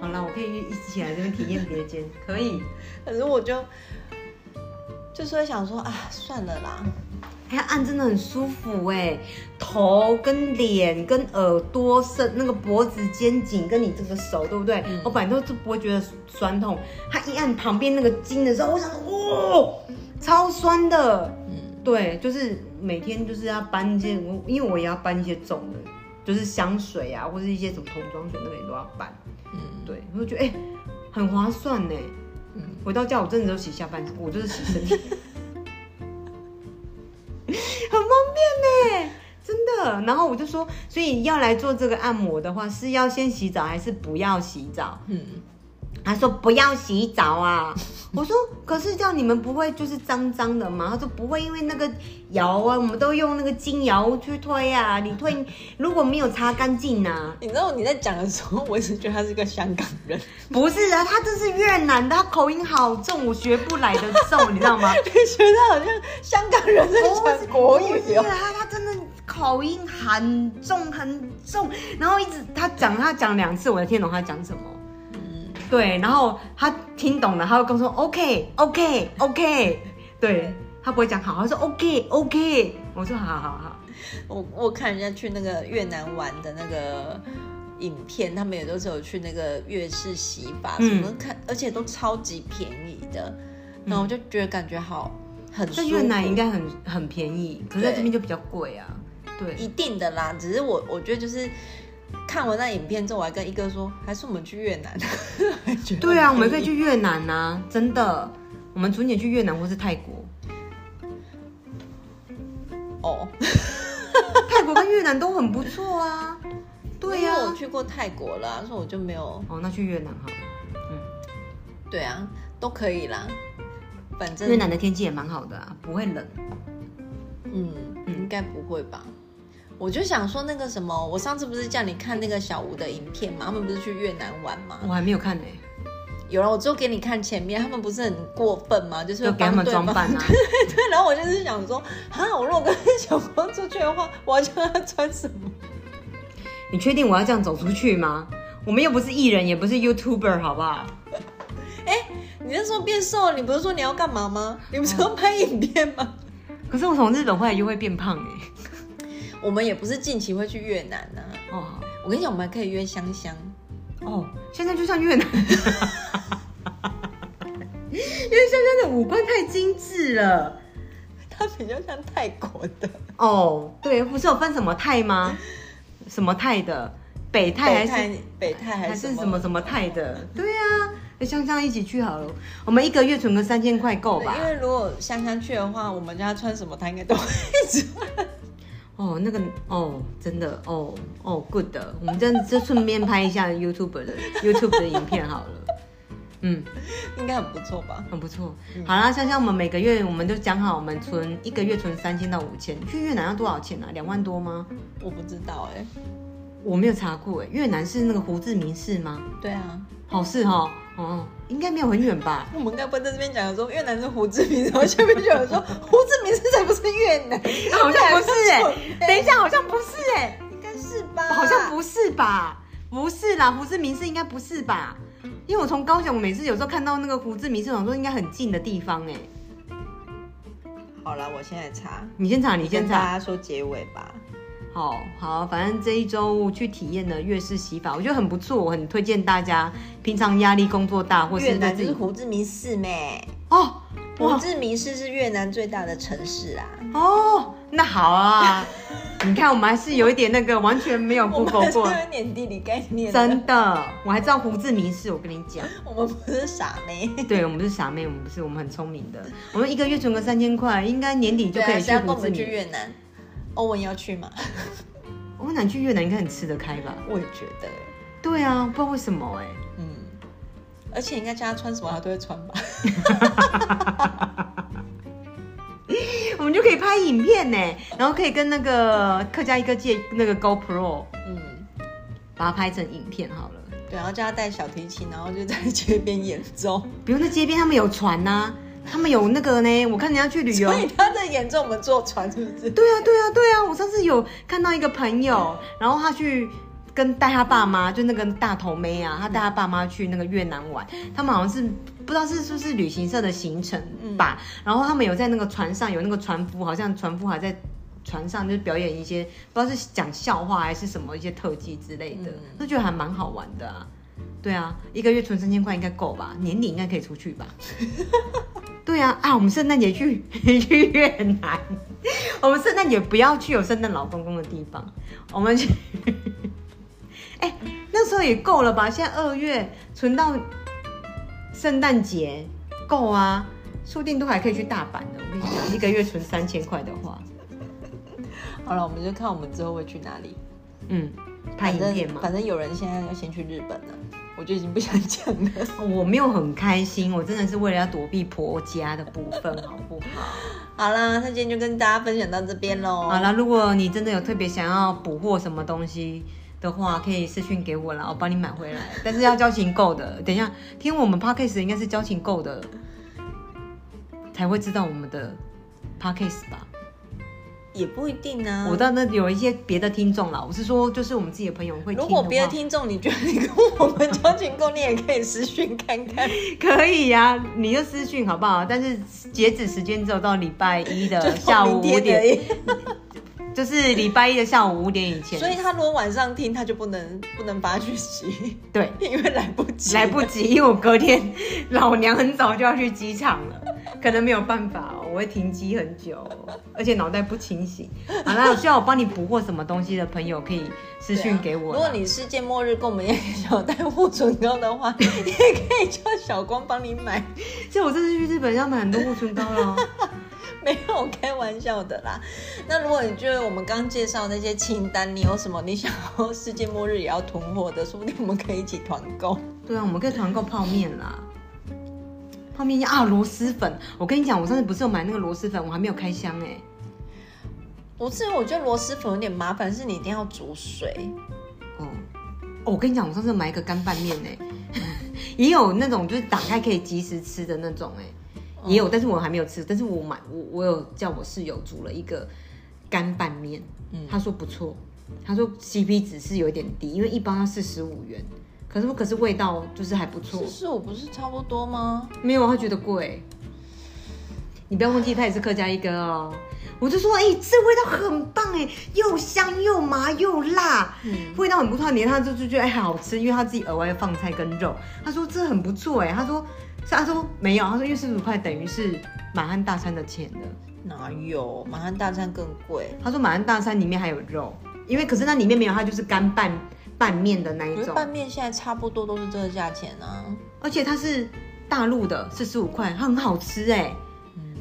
[SPEAKER 1] 好啦，我可以一起来这边体验别间，可以。
[SPEAKER 2] 可是我就就是会想说啊，算了啦，
[SPEAKER 1] 哎，按真的很舒服哎，头跟脸跟耳朵、身那个脖子、肩颈跟你这个手，对不对？我本来都就不会觉得酸痛，它一按旁边那个筋的时候，我想说，哦，超酸的。
[SPEAKER 2] 嗯，
[SPEAKER 1] 对，就是每天就是要搬一些，我因为我也要搬一些重的，就是香水啊，或是一些什么童装水那个也都要搬。
[SPEAKER 2] 嗯
[SPEAKER 1] 对，我就觉得哎、很划算呢。
[SPEAKER 2] 嗯，
[SPEAKER 1] 回到家我真的都洗下半身，我就是洗身体， 很方便呢，真的。然后我就说，所以要来做这个按摩的话，是要先洗澡还是不要洗澡？
[SPEAKER 2] 嗯，
[SPEAKER 1] 他说不要洗澡啊。我说可是这样你们不会就是脏脏的吗？他说不会，因为那个摇啊，我们都用那个精油去推啊，你推如果没有擦干净啊，
[SPEAKER 2] 你知道你在讲的时候，我一直觉得他是个香港人，
[SPEAKER 1] 不是啊，他这是越南的，他口音好重，我学不来的重，你知道吗？
[SPEAKER 2] 就觉得好像香港人在讲国语
[SPEAKER 1] 不是
[SPEAKER 2] 哦。
[SPEAKER 1] 他他真的口音很重很重，然后一直他讲他讲两次，我才听懂他讲什么。
[SPEAKER 2] 嗯
[SPEAKER 1] 对，然后他听懂了，他会跟我说 OK OK OK，对 他不会讲好，他说 OK OK，我 说好好好，
[SPEAKER 2] 我我看人家去那个越南玩的那个影片，他们也都是有去那个越式洗发什么
[SPEAKER 1] 嗯
[SPEAKER 2] 看，而且都超级便宜的，然后我就觉得感觉好很舒
[SPEAKER 1] 在
[SPEAKER 2] 服。
[SPEAKER 1] 越南应该很很便宜，可是在
[SPEAKER 2] 对
[SPEAKER 1] 这边就比较贵啊。对，
[SPEAKER 2] 一定的啦，只是我我觉得就是看完那影片之后，我还跟一哥说，还是我们去越南。
[SPEAKER 1] 对啊，我们可以去越南啊，真的，我们存点去越南或是泰国。
[SPEAKER 2] 哦，
[SPEAKER 1] 泰国跟越南都很不错啊。对啊呀、
[SPEAKER 2] 因为我去过泰国啦，所以我就没有
[SPEAKER 1] 哦，那去越南好了。
[SPEAKER 2] 对啊，都可以啦。反正
[SPEAKER 1] 越南的天气也蛮好的啊，不会冷。
[SPEAKER 2] 嗯，应该不会吧？我就想说那个什么，我上次不是叫你看那个小吴的影片嘛？他们不是去越南玩嘛？
[SPEAKER 1] 我还没有看呢、
[SPEAKER 2] 有啊了，我就给你看前面，他们不是很过分吗？就是
[SPEAKER 1] 就
[SPEAKER 2] 会
[SPEAKER 1] 给他们
[SPEAKER 2] 帮对
[SPEAKER 1] 装
[SPEAKER 2] 方。
[SPEAKER 1] 扮啊
[SPEAKER 2] 对对。然后我就是想说，啊，我如果跟小光出去的话，我要叫他穿什么？
[SPEAKER 1] 你确定我要这样走出去吗？我们又不是艺人，也不是 YouTuber，好不好？
[SPEAKER 2] 你那时候变瘦了，你不是说你要干嘛吗？你不是要拍影片吗？
[SPEAKER 1] 可是我从日本回来就会变胖哎、
[SPEAKER 2] 我们也不是近期会去越南呐、
[SPEAKER 1] 哦好
[SPEAKER 2] 我跟你讲，我们还可以约香香。
[SPEAKER 1] 哦，现在就像越南，因为香香的五官太精致了。
[SPEAKER 2] 她比较像泰国的，
[SPEAKER 1] 哦，对，不是有分什么泰吗？什么泰的？北泰还是
[SPEAKER 2] 北泰
[SPEAKER 1] 还
[SPEAKER 2] 还
[SPEAKER 1] 是什么什么泰的？对啊，那香香一起去好了，我们一个月存个三千块够吧
[SPEAKER 2] 对因？为如果香香去的话，我们叫她穿什么，她应该都会穿。
[SPEAKER 1] 哦，那个哦，真的哦哦，good 的，我们这样就顺便拍一下 YouTube 的 YouTube 的影片好了。 嗯，
[SPEAKER 2] 应该很不错吧？
[SPEAKER 1] 很不错。好啦，香香，我们每个月我们就讲好，我们存一个月存三千到五千。去越南要多少钱啊？两万多吗？
[SPEAKER 2] 我不知道哎、
[SPEAKER 1] 我没有查过哎、越南是那个胡志明市吗？
[SPEAKER 2] 对啊，
[SPEAKER 1] 好是哈，哦，应该没有很远 吧？
[SPEAKER 2] 我们该不会在这边讲说越南是胡志明，然后下面就有 人说胡志明市才不是越南，
[SPEAKER 1] 好像不是哎、
[SPEAKER 2] 哎
[SPEAKER 1] 等一下，好像不是哎、
[SPEAKER 2] 应该是吧？
[SPEAKER 1] 好像不是吧？不是啦，胡志明市应该不是吧？因为我从高雄，我每次有时候看到那个胡志明市，我想说应该很近的地方哎、
[SPEAKER 2] 好了，我现在查，
[SPEAKER 1] 你先查，你先
[SPEAKER 2] 跟大
[SPEAKER 1] 查。
[SPEAKER 2] 家说结尾吧。
[SPEAKER 1] 好好，反正这一周去体验了粤式洗法，我觉得很不错，我很推荐大家。平常压力、工作大，或是
[SPEAKER 2] 越
[SPEAKER 1] 对
[SPEAKER 2] 南
[SPEAKER 1] 自
[SPEAKER 2] 就是
[SPEAKER 1] 己
[SPEAKER 2] 胡志明市咩？
[SPEAKER 1] 哦
[SPEAKER 2] 胡志明市是越南最大的城市啊。
[SPEAKER 1] 哦，那好 啊。你看，我们还是有一点那个完全没有 Google
[SPEAKER 2] 我
[SPEAKER 1] 过
[SPEAKER 2] 们，还是有点地理概念的，
[SPEAKER 1] 啊真的，我还知道胡志明市。我跟你讲，
[SPEAKER 2] 我们不是傻妹。
[SPEAKER 1] 对我们不是傻妹，我们不是，我们很聪明的。我们一个月存个三千块，应该年底就
[SPEAKER 2] 对
[SPEAKER 1] 可
[SPEAKER 2] 啊，
[SPEAKER 1] 以
[SPEAKER 2] 谁
[SPEAKER 1] 去
[SPEAKER 2] 要跟
[SPEAKER 1] 胡
[SPEAKER 2] 我
[SPEAKER 1] 志
[SPEAKER 2] 们去
[SPEAKER 1] 明。
[SPEAKER 2] 越南？欧文要去吗？
[SPEAKER 1] 我想去越南，应该很吃得开吧？
[SPEAKER 2] 我也觉得，
[SPEAKER 1] 对啊，不知道为什么哎、
[SPEAKER 2] 嗯，而且应该叫他穿什么，他都会穿吧。
[SPEAKER 1] 我们就可以拍影片呢，然后可以跟那个客家一哥借那个 GoPro，
[SPEAKER 2] 嗯，
[SPEAKER 1] 把它拍成影片好了。
[SPEAKER 2] 对，然后叫他带小提琴，然后就在街边演奏。
[SPEAKER 1] 比如那街边他们有船呐、他们有那个呢，我看人家去旅游
[SPEAKER 2] 所。以他在演奏我们坐船，是不 是？
[SPEAKER 1] 对啊，对啊，对啊！我上次有看到一个朋友，然后他去跟带他爸妈，就那个大头妹啊，他带他爸妈去那个越南玩，他们好像是不知道是是不是旅行社的行程吧，然后他们有在那个船上有那个船夫，好像船夫还在。船上就是表演一些不知道是讲笑话还是什么一些特技之类的
[SPEAKER 2] 嗯，
[SPEAKER 1] 就觉得还蛮好玩的啊。对啊，一个月存三千块应该够吧？年底应该可以出去吧？ 对啊，啊，我们圣诞节去 去越南，我们圣诞节不要去有圣诞老公公的地方，我们去。 哎、那时候也够了吧？现在二月存到圣诞节够啊，说不定都还可以去大阪的。我跟你讲，一个月存三千块的话，
[SPEAKER 2] 好了，我们就看我们之后会去哪里。
[SPEAKER 1] 嗯，拍
[SPEAKER 2] 反
[SPEAKER 1] 影片嘛
[SPEAKER 2] 正。反正有人现在要先去日本了，我就已经不想讲 了。
[SPEAKER 1] 哦我没有很开心，我真的是为了要躲避婆家的部分，好不好？
[SPEAKER 2] 好啦，那今天就跟大家分享到这边喽。
[SPEAKER 1] 好啦，如果你真的有特别想要补货什么东西的话，可以私讯给我啦，我帮你买回来。 但是要交情够的，等一下听我们 podcast 的应该是交情够的，才会知道我们的 podcast 吧。
[SPEAKER 2] 也不一定啊。
[SPEAKER 1] 我到那有一些别的听众啦，我是说就是我们自己的朋友会听的
[SPEAKER 2] 如
[SPEAKER 1] 话
[SPEAKER 2] 果别的听众你觉得你跟我们交情够，你也可以私讯看 看，
[SPEAKER 1] 可以呀、你就私讯好不好？但是截止时间只有到礼拜一
[SPEAKER 2] 呃
[SPEAKER 1] 的下午
[SPEAKER 2] 哦明
[SPEAKER 1] 五
[SPEAKER 2] 天而
[SPEAKER 1] 点，
[SPEAKER 2] 已。
[SPEAKER 1] 就是礼拜一的下午五点以前。
[SPEAKER 2] 所以他如果晚上听，他就不能不能发讯息，
[SPEAKER 1] 对。
[SPEAKER 2] 因为来不及，
[SPEAKER 1] 来不。及，因为我隔天老娘很早就要去机场了，可能没有办法、哦，我会停机很久哦、而且脑袋不清醒。好啦，有需要我帮你补货什么东西的朋友，可以私
[SPEAKER 2] 对啊
[SPEAKER 1] 讯给我
[SPEAKER 2] 如
[SPEAKER 1] 啦、
[SPEAKER 2] 果你世界末日跟我们一样想带护唇膏 的话，也可以叫小光帮你买。
[SPEAKER 1] 其实我这次去日本要买很多护唇膏了哦，
[SPEAKER 2] 没有开玩笑的啦。那如果你觉得我们刚介绍那些清单，你有什么你想要世界末日也要囤货的，说不定我们可以一起团购。
[SPEAKER 1] 对啊，我们可以团购泡面啦。泡面酱啊，螺蛳粉。我跟你讲，我上次不是有买那个螺蛳粉，我还没有开箱哎、
[SPEAKER 2] 不是，我觉得螺蛳粉有点麻烦，是你一定要煮水。
[SPEAKER 1] 哦，哦我跟你讲，我上次买一个干拌面哎、 也有那种就是打开可以即时吃的那种哎、也有，但是我还没有吃。但是我买我我有叫我室友煮了一个干拌面，
[SPEAKER 2] 嗯
[SPEAKER 1] 他说不错，他说 CP 值是有点低，因为一包要四十五元，可是可是味道就是还不错
[SPEAKER 2] 四，十五不是差不多吗？
[SPEAKER 1] 没有他觉得贵。你不要忘记，他也是客家一哥哦。我就说，哎、这味道很棒哎，又香又麻又辣，
[SPEAKER 2] 嗯，
[SPEAKER 1] 味道很不错。连他就就觉得哎、好吃，因为他自己额外放菜跟肉。他说这很不错哎，他说是他说没有，他说因为四十五块等于是满汉大餐的钱了。
[SPEAKER 2] 哪有？马汉大餐更贵。
[SPEAKER 1] 他说马兰大餐里面还有肉，因为可是那里面没有，它就是干拌拌面的那
[SPEAKER 2] 可
[SPEAKER 1] 一
[SPEAKER 2] 是
[SPEAKER 1] 种，
[SPEAKER 2] 嗯拌面现在差不多都是这个价钱啊。
[SPEAKER 1] 而且它是大陆的，四十五块，它很好吃哎、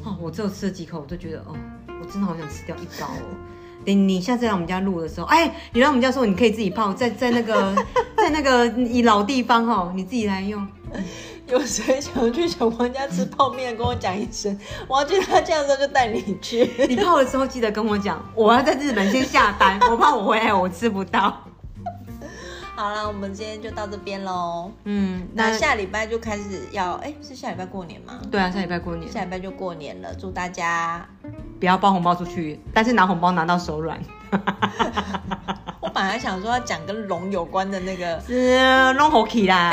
[SPEAKER 1] 哦，我只有吃了几口，我就觉得哦，我真的好想吃掉一包哦。等你下次来我们家录的时候，哎，你来我们家的时候，你可以自己泡，在在那个在那个你老地方哦，你自己来用。
[SPEAKER 2] 有谁想去小黄家吃泡面，跟我讲一声，我要去他家的时候就带你去。
[SPEAKER 1] 你泡的时候记得跟我讲，我要在日本先下单，我怕我回来我吃不到。
[SPEAKER 2] 好啦，我们今天就到这边喽。
[SPEAKER 1] 嗯，
[SPEAKER 2] 那
[SPEAKER 1] 那
[SPEAKER 2] 下礼拜就开始要，哎、是下礼拜过年吗？
[SPEAKER 1] 对啊，下礼拜过年
[SPEAKER 2] 下礼拜就过年了，祝大家！
[SPEAKER 1] 不要包红包出去，但是拿红包拿到手软。
[SPEAKER 2] 我本来想说要讲跟龙有关的那个，
[SPEAKER 1] 是弄好去啦，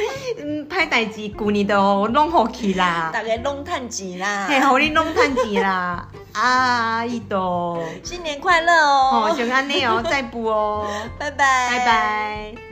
[SPEAKER 1] 嗯，歹代志，旧年都弄好去啦，
[SPEAKER 2] 大概龙探集啦。
[SPEAKER 1] 嘿，互你弄趁钱 啦，啊，伊都，
[SPEAKER 2] 新年快乐哦！
[SPEAKER 1] 哦，先安尼哦，再补哦，
[SPEAKER 2] 拜拜，
[SPEAKER 1] 拜
[SPEAKER 2] 拜
[SPEAKER 1] 拜。